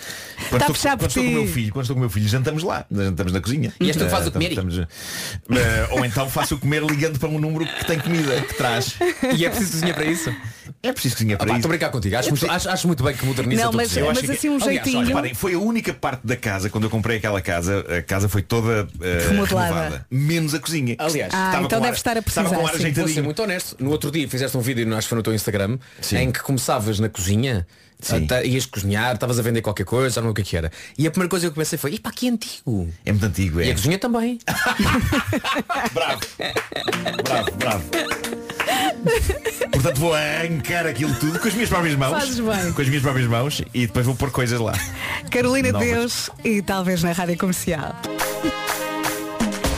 H: quando,
B: Tá
H: estou,
B: fechado
H: quando estou
B: por
H: com o
B: ti.
H: meu filho, quando estou com o meu filho, jantamos lá, jantamos na cozinha.
G: E és tu que fazes o
H: Eh,
G: comer?
H: estamos- estamos- eh, ou então faço o comer ligando para um número que tem comida, que traz.
G: E é preciso cozinha para isso?
H: É preciso cozinha para
G: Pá,
H: isso.
G: Estou a brincar contigo. Acho, muito- acho- acho muito bem que moderniza
B: Não,
G: a tua
B: mas,
G: cozinha.
H: Eu
B: mas
H: acho que-
B: assim um
G: Aliás, olha,
B: jeitinho.
H: Reparem, foi a única parte da casa, quando eu comprei aquela casa, a casa foi toda eh,
B: Remodelada.
H: renovada. Menos a cozinha.
G: Aliás,
B: Ah,
H: Estava
B: então
H: com
B: deve
H: ar-
B: estar a precisar,
H: estava com ar
B: sim.
G: Vou ser
H: ajeitadinho.
G: muito honesto. No outro dia fizeste um vídeo, acho que foi no teu Instagram,
H: Sim.
G: em que começavas na cozinha,
H: Sim.
G: até- ias cozinhar, estavas a vender qualquer coisa, já não sei o que, é que era. E a primeira coisa que eu pensei foi, epá, que antigo.
H: É muito antigo,
G: E a
H: é.
G: cozinha também.
H: Bravo. Bravo, bravo. Portanto vou arrancar aquilo tudo com as minhas próprias mãos.
B: Fazes bem.
H: Com as minhas próprias mãos e depois vou pôr coisas lá.
B: Carolina
H: Novas.
B: Deus e talvez na Rádio Comercial.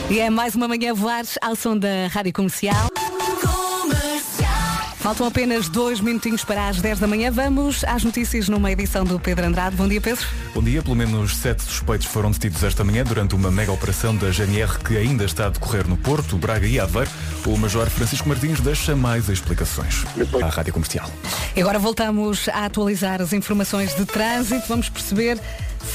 B: E é mais uma manhã voar ao som da Rádio Comercial. Faltam apenas dois minutinhos para as 10 da manhã. Vamos às notícias numa edição do Pedro Andrade. Bom dia, Pedro.
A: Bom dia, pelo menos sete suspeitos foram detidos esta manhã durante uma mega operação da GNR que ainda está a decorrer no Porto, Braga e Aveiro. O Major Francisco Martins deixa mais explicações à Rádio Comercial.
B: E agora voltamos a atualizar as informações de trânsito. Vamos perceber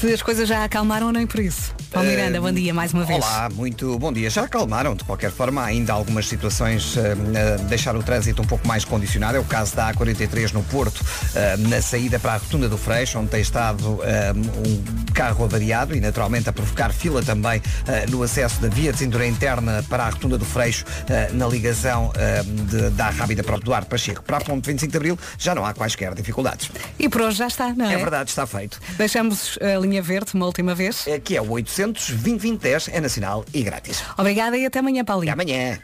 B: se as coisas já acalmaram ou nem por isso. Paulo Miranda, bom dia mais uma vez.
C: Eh, Olá, muito bom dia. Já acalmaram, de qualquer forma, ainda algumas situações eh, eh, deixaram o trânsito um pouco mais condicionado. É o caso da A43 no Porto, eh, na saída para a Rotunda do Freixo, onde tem estado eh, um carro avariado e naturalmente a provocar fila também eh, no acesso da via de cintura interna para a Rotunda do Freixo, eh, na ligação eh, de- da Rábida para o Duarte Pacheco. Para a ponte 25 de Abril já não há quaisquer dificuldades.
B: E por hoje já está, não é?
C: É verdade, está feito.
B: Deixamos eh, a linha verde uma última vez.
C: Eh, Que é o 800 2010 é nacional e grátis.
B: Obrigada e até amanhã, Paulinho.
C: Até amanhã.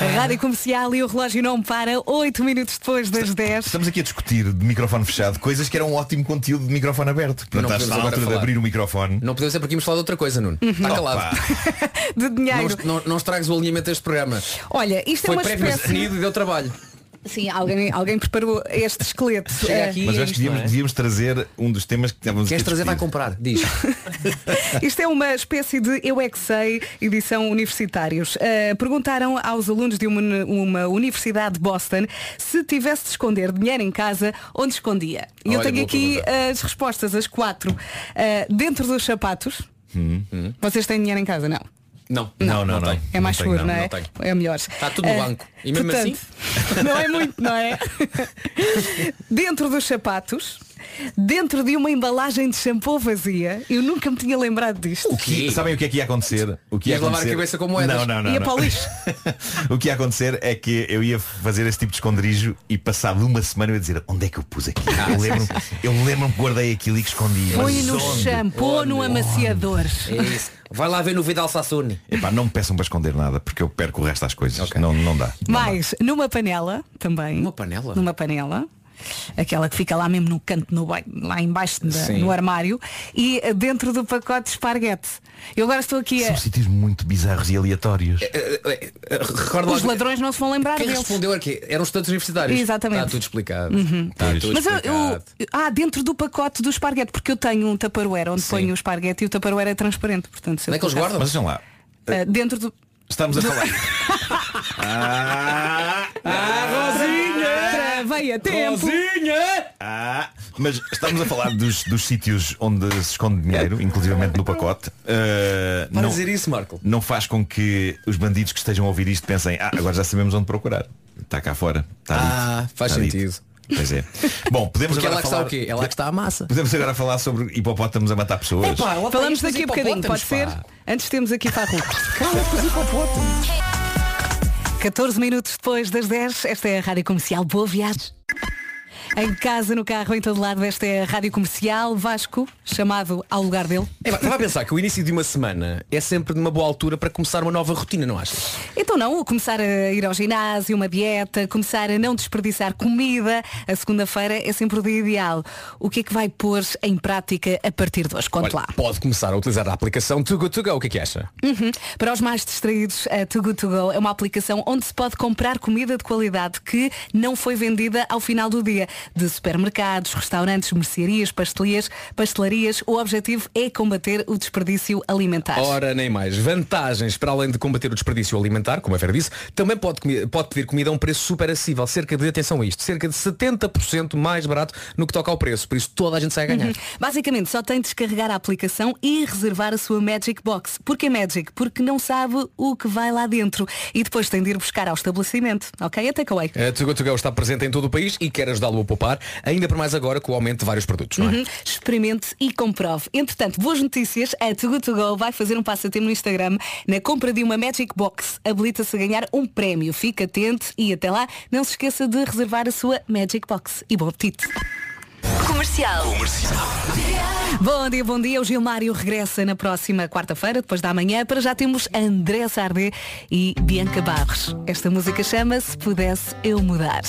B: A Rádio Comercial e o relógio não para, 8 minutos depois das 10.
H: Estamos aqui a discutir de microfone fechado coisas que eram um ótimo conteúdo de microfone aberto.
G: Não
H: Portanto,
G: podemos
H: está na
G: agora
H: altura de
G: falar.
H: abrir o microfone.
G: Não podemos ser porque íamos falar de outra coisa, Nuno. Está calado.
B: De
G: Não,
B: dinheiro.
G: não, não estragues o alinhamento deste programa.
B: Olha, isto é
G: Foi
B: uma
G: previamente
B: espécie.
G: definido e deu trabalho.
B: Sim, alguém, alguém preparou este esqueleto.
G: Chega
B: Eh,
G: aqui
H: Mas
G: e
H: eu
G: é
H: acho que
G: isto, não
H: devíamos,
G: é?
H: devíamos trazer um dos temas que estávamos aqui
G: Queres
H: a
G: trazer vai
H: discutir.
G: comprar. Diz.
B: Isto é uma espécie de Eu É Que Sei, edição universitários. Eh, perguntaram aos alunos de uma, uni- uma universidade de Boston se tivesse de esconder dinheiro em casa, onde escondia. E eu
G: Olha,
B: tenho
G: boa
B: aqui
G: pergunta.
B: eh, as respostas, as quatro. Eh, dentro dos sapatos.
G: Hum.
B: Vocês têm dinheiro em casa? Não.
G: Não.
H: Não, não, não.
G: tenho.
B: É mais
H: tenho,
B: seguro, não,
H: não,
B: é?
G: não tenho.
B: É melhor.
G: Está tudo no
B: Eh,
G: banco. E mesmo assim?
B: portanto, Não é muito, não é? dentro dos sapatos, dentro de uma embalagem de shampoo vazia, eu nunca me tinha lembrado disto.
G: Uh,
H: O que, sabem o que é que ia acontecer? O que ia
G: Ias lavar a
H: acontecer?
G: cabeça com moedas.
H: Não, não, não.
B: Ia
H: não.
B: para o lixo.
H: o que ia acontecer é que eu ia fazer esse tipo de esconderijo e passado uma semana eu ia dizer onde é que eu pus aquilo? Eu lembro-me eu lembro que guardei aquilo e que escondi.
B: Põe
H: mas
B: no
H: onde?
B: shampoo, no amaciador.
G: É isso. Vai lá ver no Vidal Sassuni.
H: Epá, não me peçam para esconder nada porque eu perco o resto das coisas. Não, não dá. Não
B: Mais, numa panela também.
G: Numa panela?
B: Numa panela. Aquela que fica lá mesmo no canto, no banho, lá embaixo da-
G: Sim.
B: no armário. E eh, dentro do pacote de esparguete. Eu agora estou aqui
H: dá.
B: a...
H: São sítios muito bizarros e aleatórios.
G: Recorda lá
B: Os ladrões não se vão lembrar
G: quem
B: deles.
G: respondeu aqui. Eram estudantes universitários.
B: Exatamente. Uhum.
G: Está tudo explicado. Está tudo
B: Mas eu,
G: explicado.
B: eu- Ah, dentro do pacote do esparguete, porque eu tenho um taparoeira onde ponho o esparguete e o taparoeira é transparente. Portanto, se eu
G: Onde é que eles
B: colocar-
G: guardam?
H: Mas vejam lá,
B: Ah, dentro do.
H: estamos a falar. Ah,
B: Rosinha! Veio a tempo!
H: Ah, mas estamos a falar dos, dos sítios onde se esconde dinheiro, inclusivamente no pacote. Ah,
G: Para dizer isso, Marco.
H: não faz com que os bandidos que estejam a ouvir isto pensem, ah, agora já sabemos onde procurar. Está cá fora. Está
G: Ah,
H: dito.
G: faz
H: Está dito."
G: sentido.
H: Pois é. Bom, podemos
G: Porque é lá
H: agora
G: que está
H: falar...
G: o quê? É lá que está a massa.
H: Podemos agora falar sobre hipopótamos a matar pessoas.
B: Falamos daqui a bocadinho, pode ser? Antes temos aqui para a rua. 14 minutos depois das 10, esta é a Rádio Comercial. Boa viagem. Em casa, no carro, em todo lado, esta é a Rádio Comercial Vasco, chamado ao lugar dele.
G: Estava a pensar que o início de uma semana é sempre numa boa altura para começar uma nova rotina, não achas?
B: Então não, começar a ir ao ginásio, uma dieta, começar a não desperdiçar comida, a segunda-feira é sempre o dia ideal. O que é que vai pôr em prática a partir de hoje? Conte lá.
G: Pode começar a utilizar a aplicação To Go To Go, o que é que acha?
B: Uhum. Para os mais distraídos, a Too Good To Go é uma aplicação onde se pode comprar comida de qualidade que não foi vendida ao final do dia. De supermercados, restaurantes, mercearias, pastelarias, pastelarias, o objetivo é combater o desperdício alimentar.
G: Ora, nem mais. Vantagens para além de combater o desperdício alimentar, como a Vera disse, também pode, comi- pode pedir comida a um preço super acessível, cerca de, atenção a isto, cerca de 70% mais barato no que toca ao preço. Por isso toda a gente sai a ganhar.
B: Uhum. Basicamente, só tem de descarregar a aplicação e reservar a sua Magic Box. Porquê Magic? Porque não sabe o que vai lá dentro. E depois tem de ir buscar ao estabelecimento. Ok? Até que
G: A To Go To Go está presente em todo o país e quer ajudá-lo a poupar, ainda por mais agora com o aumento de vários produtos, não é?
B: Uhum. Experimente e comprove. Entretanto, boas notícias, a Too Good To Go vai fazer um passatempo no Instagram na compra de uma Magic Box. Habilita-se a ganhar um prémio. Fica atento e até lá, não se esqueça de reservar a sua Magic Box. E bom apetite!
F: Comercial.
B: Bom dia, bom dia. O Gilmário regressa na próxima quarta-feira, depois da manhã. Para já temos André Sardé e Bianca Barros. Esta música chama-se Pudesse Eu Mudar.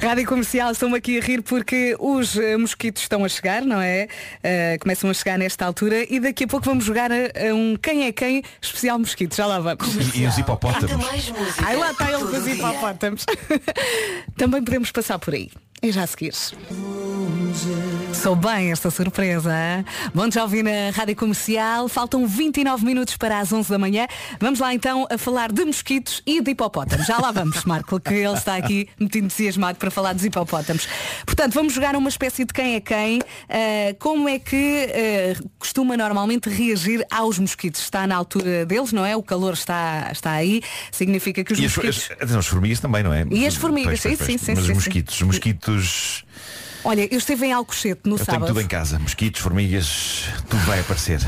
B: Rádio Comercial, estou-me aqui a rir porque os eh, mosquitos estão a chegar, não é? Eh, começam a chegar nesta altura e daqui a pouco vamos jogar a, a um Quem é Quem especial mosquito. Já lá vamos.
H: E, e os hipopótamos.
B: Ai, lá está ele com os hipopótamos. Também podemos passar por aí. E já a seguir. Sou bem esta surpresa. hã? Bom jovem na Rádio Comercial. Faltam 29 minutos para as 11 da manhã. Vamos lá então a falar de mosquitos e de hipopótamos. Já lá vamos, Marco, que ele está aqui muito entusiasmado para falar dos hipopótamos. Portanto, vamos jogar uma espécie de quem é quem. Ah, como é que ah, costuma normalmente reagir aos mosquitos? Está na altura deles, não é? O calor está, está aí. Significa que os
H: E as,
B: mosquitos...
H: as, atenção, as formigas também, não é?
B: E as formigas,
H: Pois,
B: sim,
H: pois,
B: sim, sim,
H: Mas
B: sim,
H: os mosquitos, os mosquitos.
B: Olha, eu estive em Alcochete no
H: eu tenho
B: sábado.
H: tudo em casa. Mosquitos, formigas, tudo vai aparecer.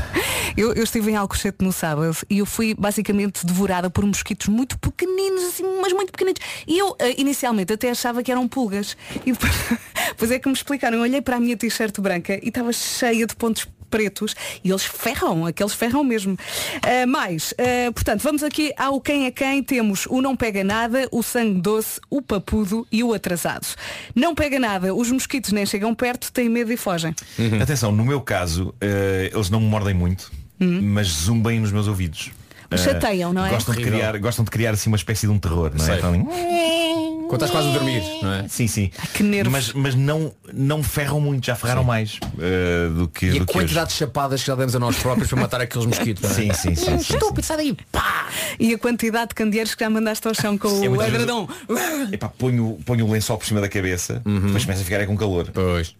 B: Eu, eu estive em Alcochete no sábado e eu fui basicamente devorada por mosquitos muito pequeninos, assim, mas muito pequeninos. E eu eh, inicialmente até achava que eram pulgas. E depois, depois é que me explicaram. Eu olhei para a minha t-shirt branca e estava cheia de pontos pretos e eles ferram, aqueles ferram mesmo. Ah, mais, ah, portanto, vamos aqui ao quem é quem. Temos o não pega nada, o sangue doce, o papudo e o atrasado. Não pega nada, os mosquitos nem chegam perto, têm medo e fogem.
H: Uhum. Atenção, no meu caso, eh, eles não me mordem muito, mas zumbem nos meus ouvidos.
B: Me
H: Eh,
B: chateiam, Hum. não é?
H: Gostam de,
B: Horrível.
H: criar, gostam de criar assim uma espécie de um terror, não é?
G: Sei.
H: Estão ali,
G: Quando estás quase a dormir, não é?
H: Sim, sim.
B: que nervos.
H: Mas, mas não, não ferram muito, já ferraram mais eh, do que.
G: E
H: do
G: a
H: que hoje.
G: quantidade de chapadas que já demos a nós próprios para matar aqueles mosquitos. não é?
H: Sim, sim, sim, sim.
B: Estúpido, sai daí. Pá! E a quantidade de candeeiros que já mandaste ao chão com
H: É
B: o
H: muitas
B: agradão.
H: vezes- Epá, ponho, ponho o lençol por cima da cabeça,
G: Uhum.
H: depois começa a ficar é com calor.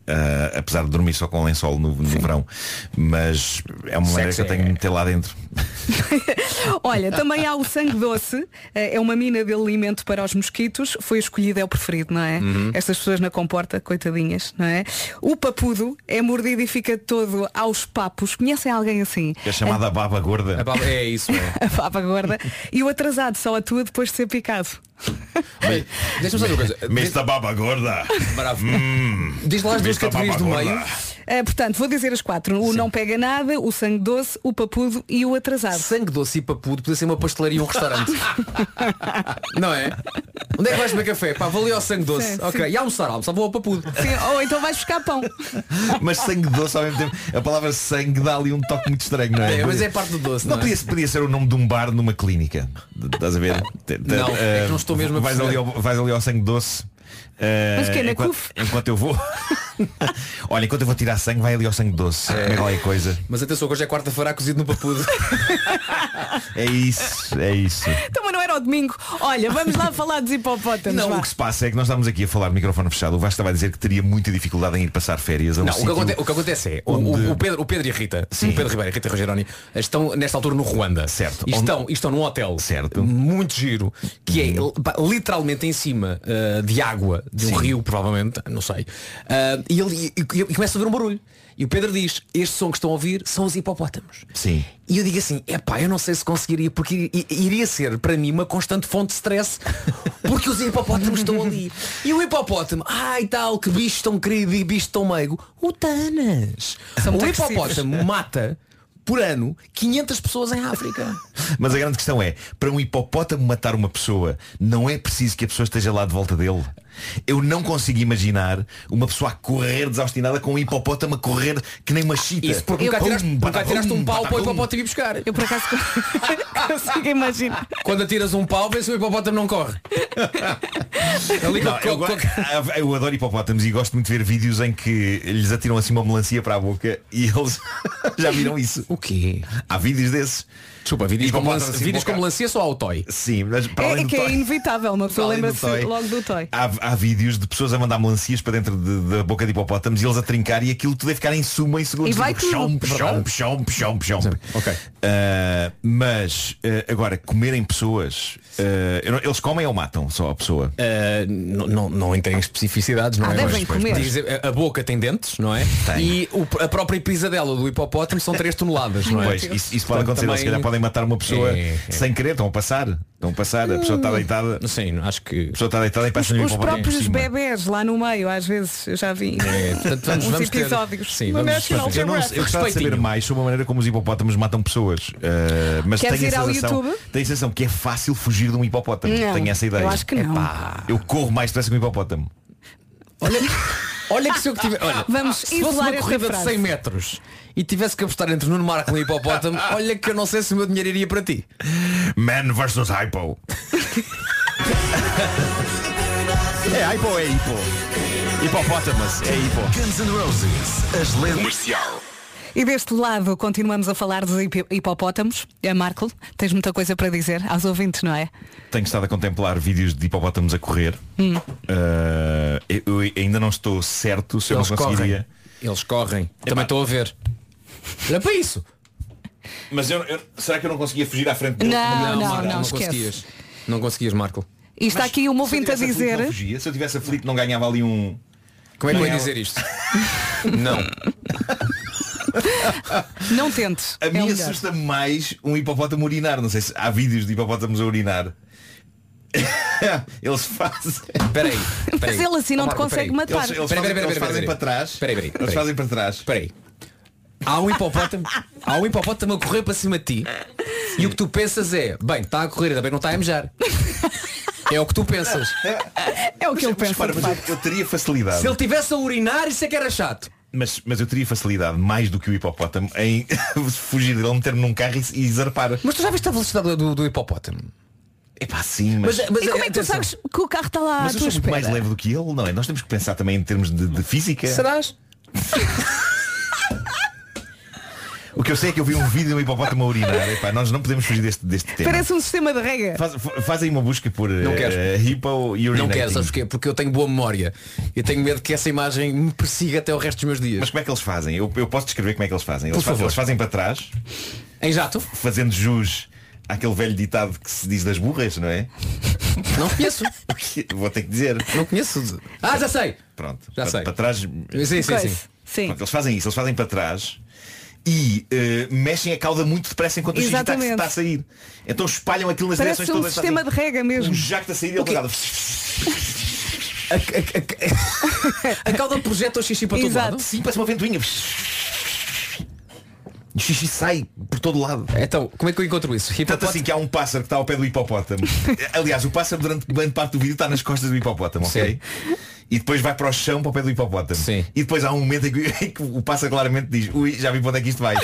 H: Ah, apesar de dormir só com o lençol no, no verão. Mas é uma maneira que eu
G: Sexy.
H: tenho de meter lá dentro.
B: Olha, também há o sangue doce. Eh, É uma mina de alimento para os mosquitos. Foi escolhido, é o preferido, não é?
K: Uhum.
B: Estas pessoas na comporta, coitadinhas, não é? O papudo é mordido e fica todo aos papos. Conhecem alguém assim?
H: É chamada a baba gorda.
G: é isso, é.
B: A papa gorda. E o atrasado só atua depois de ser picado.
G: Deixa-me só dizer uma coisa.
H: Mesta baba gorda.
G: Bravo. Diz lá as duas
H: Mr. Baba
G: categorias do
H: Gorda.
G: meio.
B: Eh, portanto, vou dizer as quatro. O não pega nada, o sangue doce, o papudo e o atrasado.
G: Sangue doce e papudo podia ser uma pastelaria e um restaurante. não é? Onde é que vais beber café? Pá, valeu ao sangue doce.
B: Sim, sim.
G: ok, e almoçar, almoçar, vou ao papudo.
B: Sim, ou então vais buscar pão.
H: Mas sangue doce ao mesmo tempo. A palavra sangue dá ali um toque muito estranho, não é?
G: É, mas é parte do doce,
H: Não,
G: não é?
H: podia, podia ser o nome de um bar numa clínica. Estás a ver? eh,
G: Não, é que não estou mesmo a
H: vais ali, ao,
G: perceber.
H: vais ali ao sangue doce. eh,
B: Mas o quê, na
H: enquanto,
B: CUF?
H: enquanto eu vou Olha, enquanto eu vou tirar sangue Vai ali ao sangue doce é. qualquer coisa
G: Mas atenção, que hoje é quarta-feira há cozido no papudo.
H: É isso, é isso
B: Então, mas não era o domingo. Olha, vamos lá falar dos hipopótamos.
H: Não,
B: vá.
H: o que se passa é que nós estávamos aqui a falar de microfone fechado. O Vasco estava a dizer que teria muita dificuldade em ir passar férias a um
G: Não, o que,
H: sítio
G: aconte- o que acontece, é, o-
H: onde-
G: o, o Pedro, o Pedro e a Rita, o Pedro Ribeiro e a Rita Rogeroni, estão nesta altura no Ruanda. Certo. E estão, e estão num hotel certo. Uhum. muito giro, que uh, é pá, literalmente em cima ah, de água, de um rio, provavelmente, não sei. Ah, E, ele, e, e- e começa a ouvir um barulho. E o Pedro diz, este som que estão a ouvir são os hipopótamos.
H: Sim.
G: E eu digo assim, epá, eu não sei se conseguiria, porque i- i- iria ser para mim uma constante fonte de stress, porque os hipopótamos estão ali. E o hipopótamo, ai tal, que bicho tão querido e bicho tão meigo, o Tanas.
H: São
G: o
H: muito
G: hipopótamo
H: agressivos.
G: mata, por ano, 500 pessoas em África.
H: Mas a grande questão é, para um hipopótamo matar uma pessoa, não é preciso que a pessoa esteja lá de volta dele. Eu não consigo imaginar uma pessoa a correr desaustinada com um hipopótamo a correr que nem uma chita.
G: Isso porque nunca tiraste, nunca tiraste um pau para o hipopótamo ir buscar. Eu por acaso consigo imaginar. Quando atiras um pau, vê se o hipopótamo não corre. Ali
H: Não,
G: co-
H: eu,
G: co-
H: go- eu adoro hipopótamos e gosto muito de ver vídeos em que lhes atiram assim uma melancia para a boca e eles já viram isso.
G: O quê?
H: Há vídeos desses.
G: Desculpa, vídeos
H: como
G: com assim, melan- vídeos com melancia só ao toy.
H: Sim, mas para
B: É,
H: além
B: é
H: do
B: que
H: toy.
B: é inevitável, uma pessoa
H: Para além do
B: lembra-se
H: toy.
B: logo do toy.
H: Há, há vídeos de pessoas a mandar melancias para dentro de- da boca de hipopótamos e eles a trincar e aquilo tudo a ficar em suma em segundos.
B: E vai
H: Tipo,
B: tudo.
H: Pchom, pchom, pchom, pchom, pchom.
G: Ok.
H: Ah, mas ah, agora, comerem pessoas, ah, eu não- eles comem ou matam só a pessoa?
B: Ah,
G: Eh, não, não, não entrem em especificidades, não
H: Ah,
G: é?
H: devem
G: Mas-
H: comer.
G: Diz- a- a boca tem dentes, não é? E o- a própria pisadela do hipopótamo são 3 toneladas, não é?
H: Pois, isso, isso pode
G: Portanto,
H: acontecer, eles se
G: também-
H: calhar podem matar uma pessoa
G: É, é.
H: sem querer, estão a passar, estão a passar, a pessoa está deitada.
G: Sim, acho que.
H: A pessoa está deitada e passa-lhe um
B: Hum. Os
H: hipopótamo por
B: próprios
H: cima.
B: bebés lá no meio, às vezes, eu já vi
H: É, portanto, vamos-
B: uns
H: vamos ter-
B: episódios.
H: Sim,
B: No
H: vamos-
B: National
H: eu não, eu gostava de
B: Geographic.
H: saber mais sobre a maneira como os hipopótamos matam pessoas. Uh, mas
B: Queres
H: tenho
B: ir
H: a
B: ao
H: sensação,
B: YouTube?
H: tenho a sensação que é fácil fugir de um hipopótamo.
B: Não,
H: tenho essa
B: eu
H: ideia.
B: acho que não.
H: Epá, eu corro mais depressa que um hipopótamo.
G: Olha que se eu que tiver. Olha,
B: Vamos
G: se fosse
B: isolar
G: uma
B: esta
G: corrida de
B: frase.
G: 100 metros e tivesse que apostar entre Nuno Marco e um hipopótamo, olha que eu não sei se o meu dinheiro iria para ti.
H: Man versus hypo. é hypo é hipo. Hipopótamas é hipo.
K: Guns N' Roses, as lendas. Comercial.
B: E deste lado continuamos a falar dos hip- hipopótamos. É Marco, tens muita coisa para dizer aos ouvintes, não é?
H: Tenho estado a contemplar vídeos de hipopótamos a correr.
B: Hum.
H: Uh, eu, eu ainda não estou certo se eu não
G: Eles
H: conseguiria.
G: correm. Eles correm. Também estou a ver. Olha para isso.
H: Mas eu, eu- será que eu não conseguia fugir à frente
B: Ah, Não, não,
G: Marco,
B: não, esquece.
G: conseguias. Não conseguias, Marco.
B: E está aqui uma ouvinte a
H: tivesse aflito, não
B: dizer.
H: fugia. Se eu tivesse aflito não ganhava ali um.
G: Como é que eu ia
H: Ganhava-
G: dizer isto? não.
B: Não tentes. É
H: A mim assusta mais um hipopótamo urinar. Não sei se há vídeos de hipopótamos a urinar. eles fazem.
G: Peraí.
B: Mas ele assim não te consegue matar.
H: Eles, eles fazem, eles fazem para trás.
G: Peraí, peraí.
H: Eles fazem para trás.
G: Peraí. Há um hipopótamo, há um hipopótamo a correr para cima de ti e o que tu pensas é, bem, está a correr, ainda bem que não está a mejar. É o que tu pensas.
H: assim.
B: É o que ele pensa.
H: Repara, mas eu, eu teria facilidade.
G: Se ele tivesse a urinar, isso é que era chato.
H: Mas, mas eu teria facilidade mais do que o hipopótamo em fugir dele, meter-me num carro e, e zarpar.
G: Mas tu já viste a velocidade do, do hipopótamo?
H: É pá, sim, mas.
B: e como é que tu sabes que o carro está lá
H: Mas
B: à
H: eu
B: tua
H: sou muito mais
B: ah, espera?
H: leve do que ele, não é? Nós temos que pensar também em termos de, de física.
G: Serás?
H: O que eu sei é que eu vi um vídeo de um hipopótamo a urinar. Epá, nós não podemos fugir deste, deste tema.
B: Parece um sistema de regra.
H: Faz, fa- faz aí uma busca por
G: Não quero.
H: eh, hippo e
G: Não
H: urinating.
G: quero, sabes porquê? Porque eu tenho boa memória. Eu tenho medo que essa imagem me persiga até o resto dos meus dias.
H: Mas como é que eles fazem? Eu, eu posso descrever como é que eles fazem. Eles,
G: Por
H: fa-
G: favor.
H: eles fazem para trás.
G: Em jato?
H: Fazendo jus àquele velho ditado que se diz das burras, não é?
G: Não conheço.
H: Vou ter que dizer.
G: Não conheço. Ah, já sei.
H: Pronto.
G: Já
H: para,
G: sei.
H: Para trás. eh,
G: Sim, sim, sim.
H: Pronto, eles fazem isso, eles fazem para trás. E eh, mexem a cauda muito depressa enquanto o xixi está,
B: Exatamente.
H: está a sair. Então espalham aquilo nas
B: Parece
H: direções
B: um
H: todas.
B: sistema de rega mesmo.
H: Um jaco está a sair e ele
B: Ok.
H: está dado.
G: A cauda projeta o xixi para todo
B: Exato.
G: lado.
H: Sim, parece uma ventoinha. E o xixi sai por todo lado.
G: Então, como é que eu encontro isso?
H: Tanto assim que há um pássaro que está ao pé do hipopótamo. Aliás, o pássaro durante grande parte do vídeo está nas costas do hipopótamo, ok? E depois vai para o chão para o pé do hipopótamo. E depois há um momento em que, em que o pássaro claramente diz, ui, já vi para onde é que isto vai.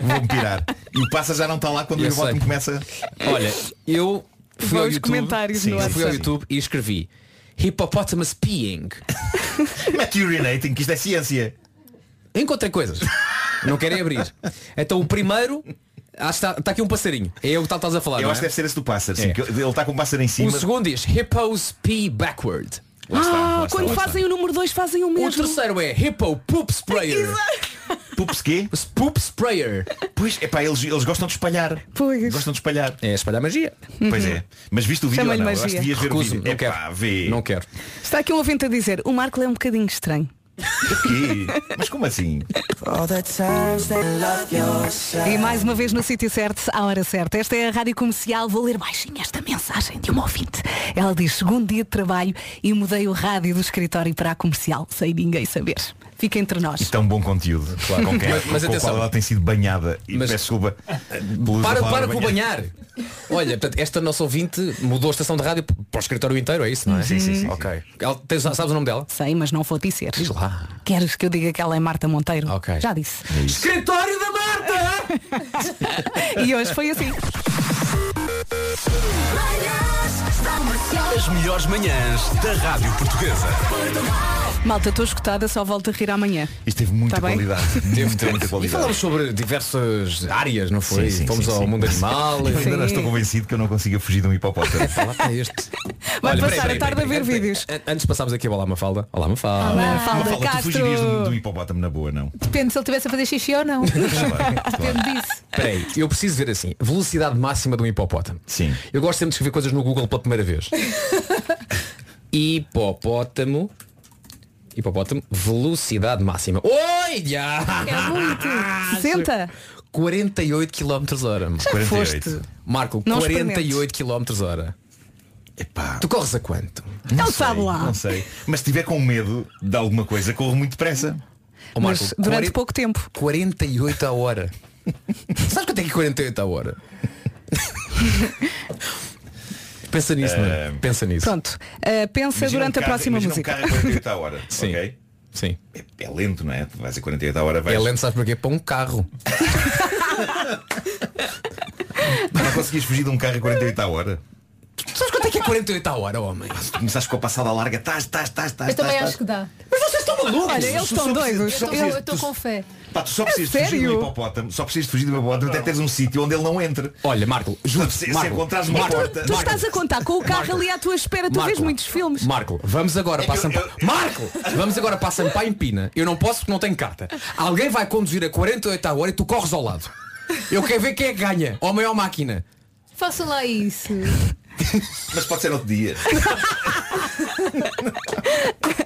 H: Vou-me pirar. E o pássaro já não está lá quando o
G: Eu
H: hipopótamo
G: sei.
H: começa.
G: Olha, eu fui ao
B: Vamos
G: YouTube,
B: comentários no
G: eu fui ao
B: WhatsApp.
G: YouTube e escrevi Hippopotamus peeing.
H: Mete urinating, que isto é ciência.
G: Encontrei coisas. Não querem abrir. Então o primeiro. Ah, está, está aqui um passarinho. É o que tal estás a falar.
H: Eu
G: não
H: acho que
G: é?
H: deve ser esse do pássaro. sim,
G: É.
H: que ele está com o pássaro em
G: O
H: cima.
G: segundo diz Hippos pee backward.
H: Lá está, lá
B: Ah,
H: está,
B: quando
H: lá está.
B: fazem o número 2 fazem o
G: O
B: mesmo.
G: terceiro é Hippo poop sprayer.
H: Pups quê?
G: Poop sprayer.
H: Pois, é pá, eles, eles gostam de espalhar.
B: Pois. Uhum.
H: Gostam de espalhar.
G: É espalhar magia.
H: Pois é. Mas viste o vídeo ou
B: Chama-lhe
H: não? Eu acho que
B: magia.
H: devias ver o
G: Recuso-me,
H: vídeo.
G: não
H: Epá, vê.
G: Não quero.
B: Está aqui um ouvinte a dizer, o Marco é um bocadinho estranho.
H: Aqui? Mas como assim?
B: E mais uma vez no sítio certo, à hora certa. Esta é a Rádio Comercial. Vou ler baixinho esta mensagem de uma ouvinte. Ela diz, segundo dia de trabalho e mudei o rádio do escritório para a comercial, sem ninguém saber. Fica entre
H: E
B: nós.
H: tão bom conteúdo. Claro, com quem,
G: Mas- mas
H: com o
G: atenção.
H: qual ela tem sido banhada. E peço desculpa. pelo uso da
G: Para, para
H: palavra
G: com o banhar. Olha, portanto, esta nossa ouvinte mudou a estação de rádio para o escritório inteiro, é isso, não é?
B: Sim, sim, sim, sim.
G: Ok. Ela, tens- sabes o nome dela?
B: Sei, mas não vou dizer.
G: Diz lá.
B: Queres que eu diga que ela é Marta Monteiro?
G: Ok.
B: Já disse.
G: Escritório da Marta!
B: e hoje foi assim.
K: As melhores manhãs da Rádio Portuguesa.
B: Malta, estou escutada, só volto a rir amanhã.
H: Isto teve muita
B: Tá bem?
H: qualidade.
G: Devo
H: Muita,
G: ter
H: muita
G: E
H: qualidade.
G: falámos sobre diversas áreas, não foi?
H: Sim, sim,
G: Fomos
H: sim,
G: ao
H: sim.
G: mundo animal.
H: Eu ainda não estou convencido que eu não consiga fugir de um hipopótamo.
B: Vai
G: Olha,
B: passar
G: peraí, peraí,
B: a tarde
G: peraí,
B: a ver vídeos.
G: An- Antes passámos aqui a Olá Mafalda. Olá Mafalda.
B: Olá, Mafalda
H: Mafalda, tu
B: Castro.
H: fugirias de um, de um hipopótamo na boa, não?
M: Depende se ele estivesse a fazer xixi ou não. Depende disso.
G: Peraí, eu preciso ver assim, velocidade máxima de um hipopótamo. Sim. Eu gosto sempre de escrever coisas no Google pela primeira vez. hipopótamo. Hipopótamo, velocidade máxima. Oi, já!
M: É muito.
B: 60.
G: 48 km hora.
M: Já 48. foste.
G: Marco,
M: Não
G: 48 km hora. Tu corres a quanto?
B: Não sabe lá.
H: Não sei. Mas se tiver com medo de alguma coisa, corre muito depressa.
G: Ó, Marco,
B: Mas durante
G: 40
B: pouco tempo.
G: 48 a hora. Sabes quanto é que é 48 a hora? Pensa nisso, não é? Pensa nisso.
B: Pronto. Uh, pensa
H: Imagina
B: durante a
H: um carro-
B: próxima
H: imagina
B: música.
H: Um carro a 48 à hora,
G: Sim.
H: ok?
G: Sim.
H: É, é lento, não é? Tu Vais a 48 à hora, vais.
G: É lento, sabes porquê? Para um carro.
H: Não conseguias fugir de um carro a 48 à hora.
G: Sabes quanto é que é 48 à hora, homem?
H: Começaste com a passada larga, estás, estás, estás, estás.
M: Eu também
H: estás,
M: acho que dá.
G: Mas vocês
M: tá
G: estão malucos?
M: Olha, eles
H: Tu
M: estão
H: só precisas-
M: doidos.
H: só
M: Eu
H: precisas-
M: estou
H: tu-
M: com fé.
H: Pá, tu só
M: É
H: precisas de fugir de
M: sério?
H: um hipopótamo, só precisas de fugir de um hipopótamo até teres um sítio onde ele não entre.
G: Olha, Marco, juro
H: se, se
G: Marco,
H: encontrares uma
G: Marco,
H: porta.
B: Tu estás a contar com o carro ali à tua espera. Tu vês muitos filmes.
G: Marco, vamos agora para a Sampaio. Marco! Vamos agora para a Sampaio em Pina. Eu não posso porque não tenho carta. Alguém vai conduzir a 48 à hora e tu corres ao lado. Eu quero ver quem é que ganha. Homem ou máquina.
M: Façam lá isso.
H: Mas pode ser outro dia. Mas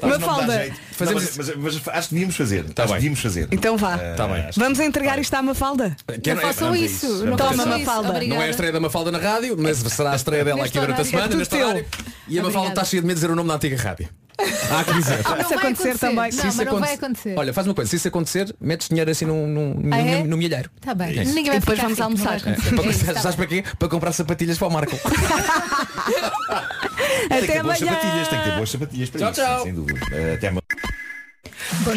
H: não me dá
B: Mafalda.
H: jeito. Não, mas, mas- mas acho que devíamos fazer. acho que devíamos fazer.
B: Então vá.
H: Ah, acho que-
B: Vamos entregar isto à Mafalda?
G: Que não é- façam vamos a isso, isso. não
B: Toma,
G: façam isso.
B: Mafalda.
G: Não é a estreia da Mafalda na rádio, mas será a estreia dela
B: Neste
G: aqui durante a
B: horário. É
G: semana,
B: tudo
G: neste
B: teu.
G: horário. E a Mafalda está cheia de medo de dizer o nome da antiga rádio. Há que dizer.
M: Ah, não
B: Se
M: vai
B: acontecer também.
M: Não,
B: Se
M: mas
B: isso
M: não vai
B: aconte-
M: acontecer.
G: Olha, faz uma coisa, se isso acontecer, metes dinheiro assim num, num,
M: Ah,
G: num-
M: é?
G: num milheiro.
M: Está bem.
G: É isso.
M: Ninguém vai
B: E depois
M: ficar
B: vamos
M: rico, não vai
B: almoçar.
M: acontecer.
G: É, para-
M: É isso, tá
G: sabes
M: bem.
G: para quê? Para comprar sapatilhas para o Marco.
H: Tem que
B: Até
H: ter boas
B: amanhã.
H: sapatilhas, tem que ter boas sapatilhas para
M: Tchau,
H: isso,
M: tchau.
H: sem dúvida. Eh, Até amanhã.
M: Bom,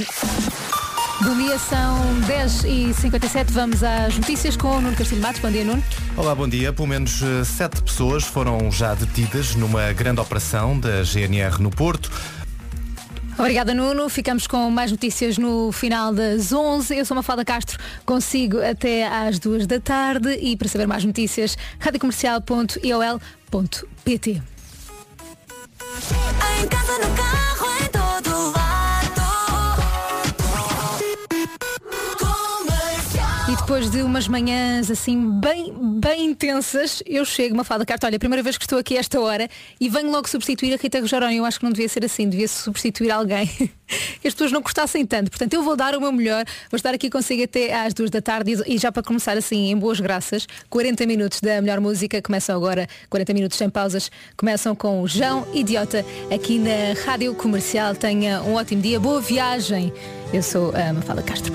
M: bom dia, são 10h57. Vamos às notícias com o Nuno Castilho Matos. Bom dia, Nuno.
N: Olá, bom dia. Pelo menos eh, sete pessoas foram já detidas numa grande operação da GNR no Porto.
M: Obrigada, Nuno. Ficamos com mais notícias no final das 11. Eu sou Mafalda Castro. Consigo até às 2 da tarde. E para saber mais notícias, radiocomercial.iol.pt.
F: Em casa, no carro, em todo lado.
M: E depois de umas manhãs assim bem, bem intensas, eu chego, uma fala carta, olha, a primeira vez que estou aqui a esta hora e venho logo substituir a Rita Rogeroni. Eu acho que não devia ser assim, devia substituir alguém que as pessoas não gostassem tanto. Portanto, eu vou dar o meu melhor, vou estar aqui consigo até às duas da tarde e e já para começar assim, em boas graças, 40 minutos da melhor música, começam agora, 40 minutos sem pausas, começam com o João Idiota aqui na Rádio Comercial. Tenha um ótimo dia, boa viagem. Eu sou a Mafalda Castro.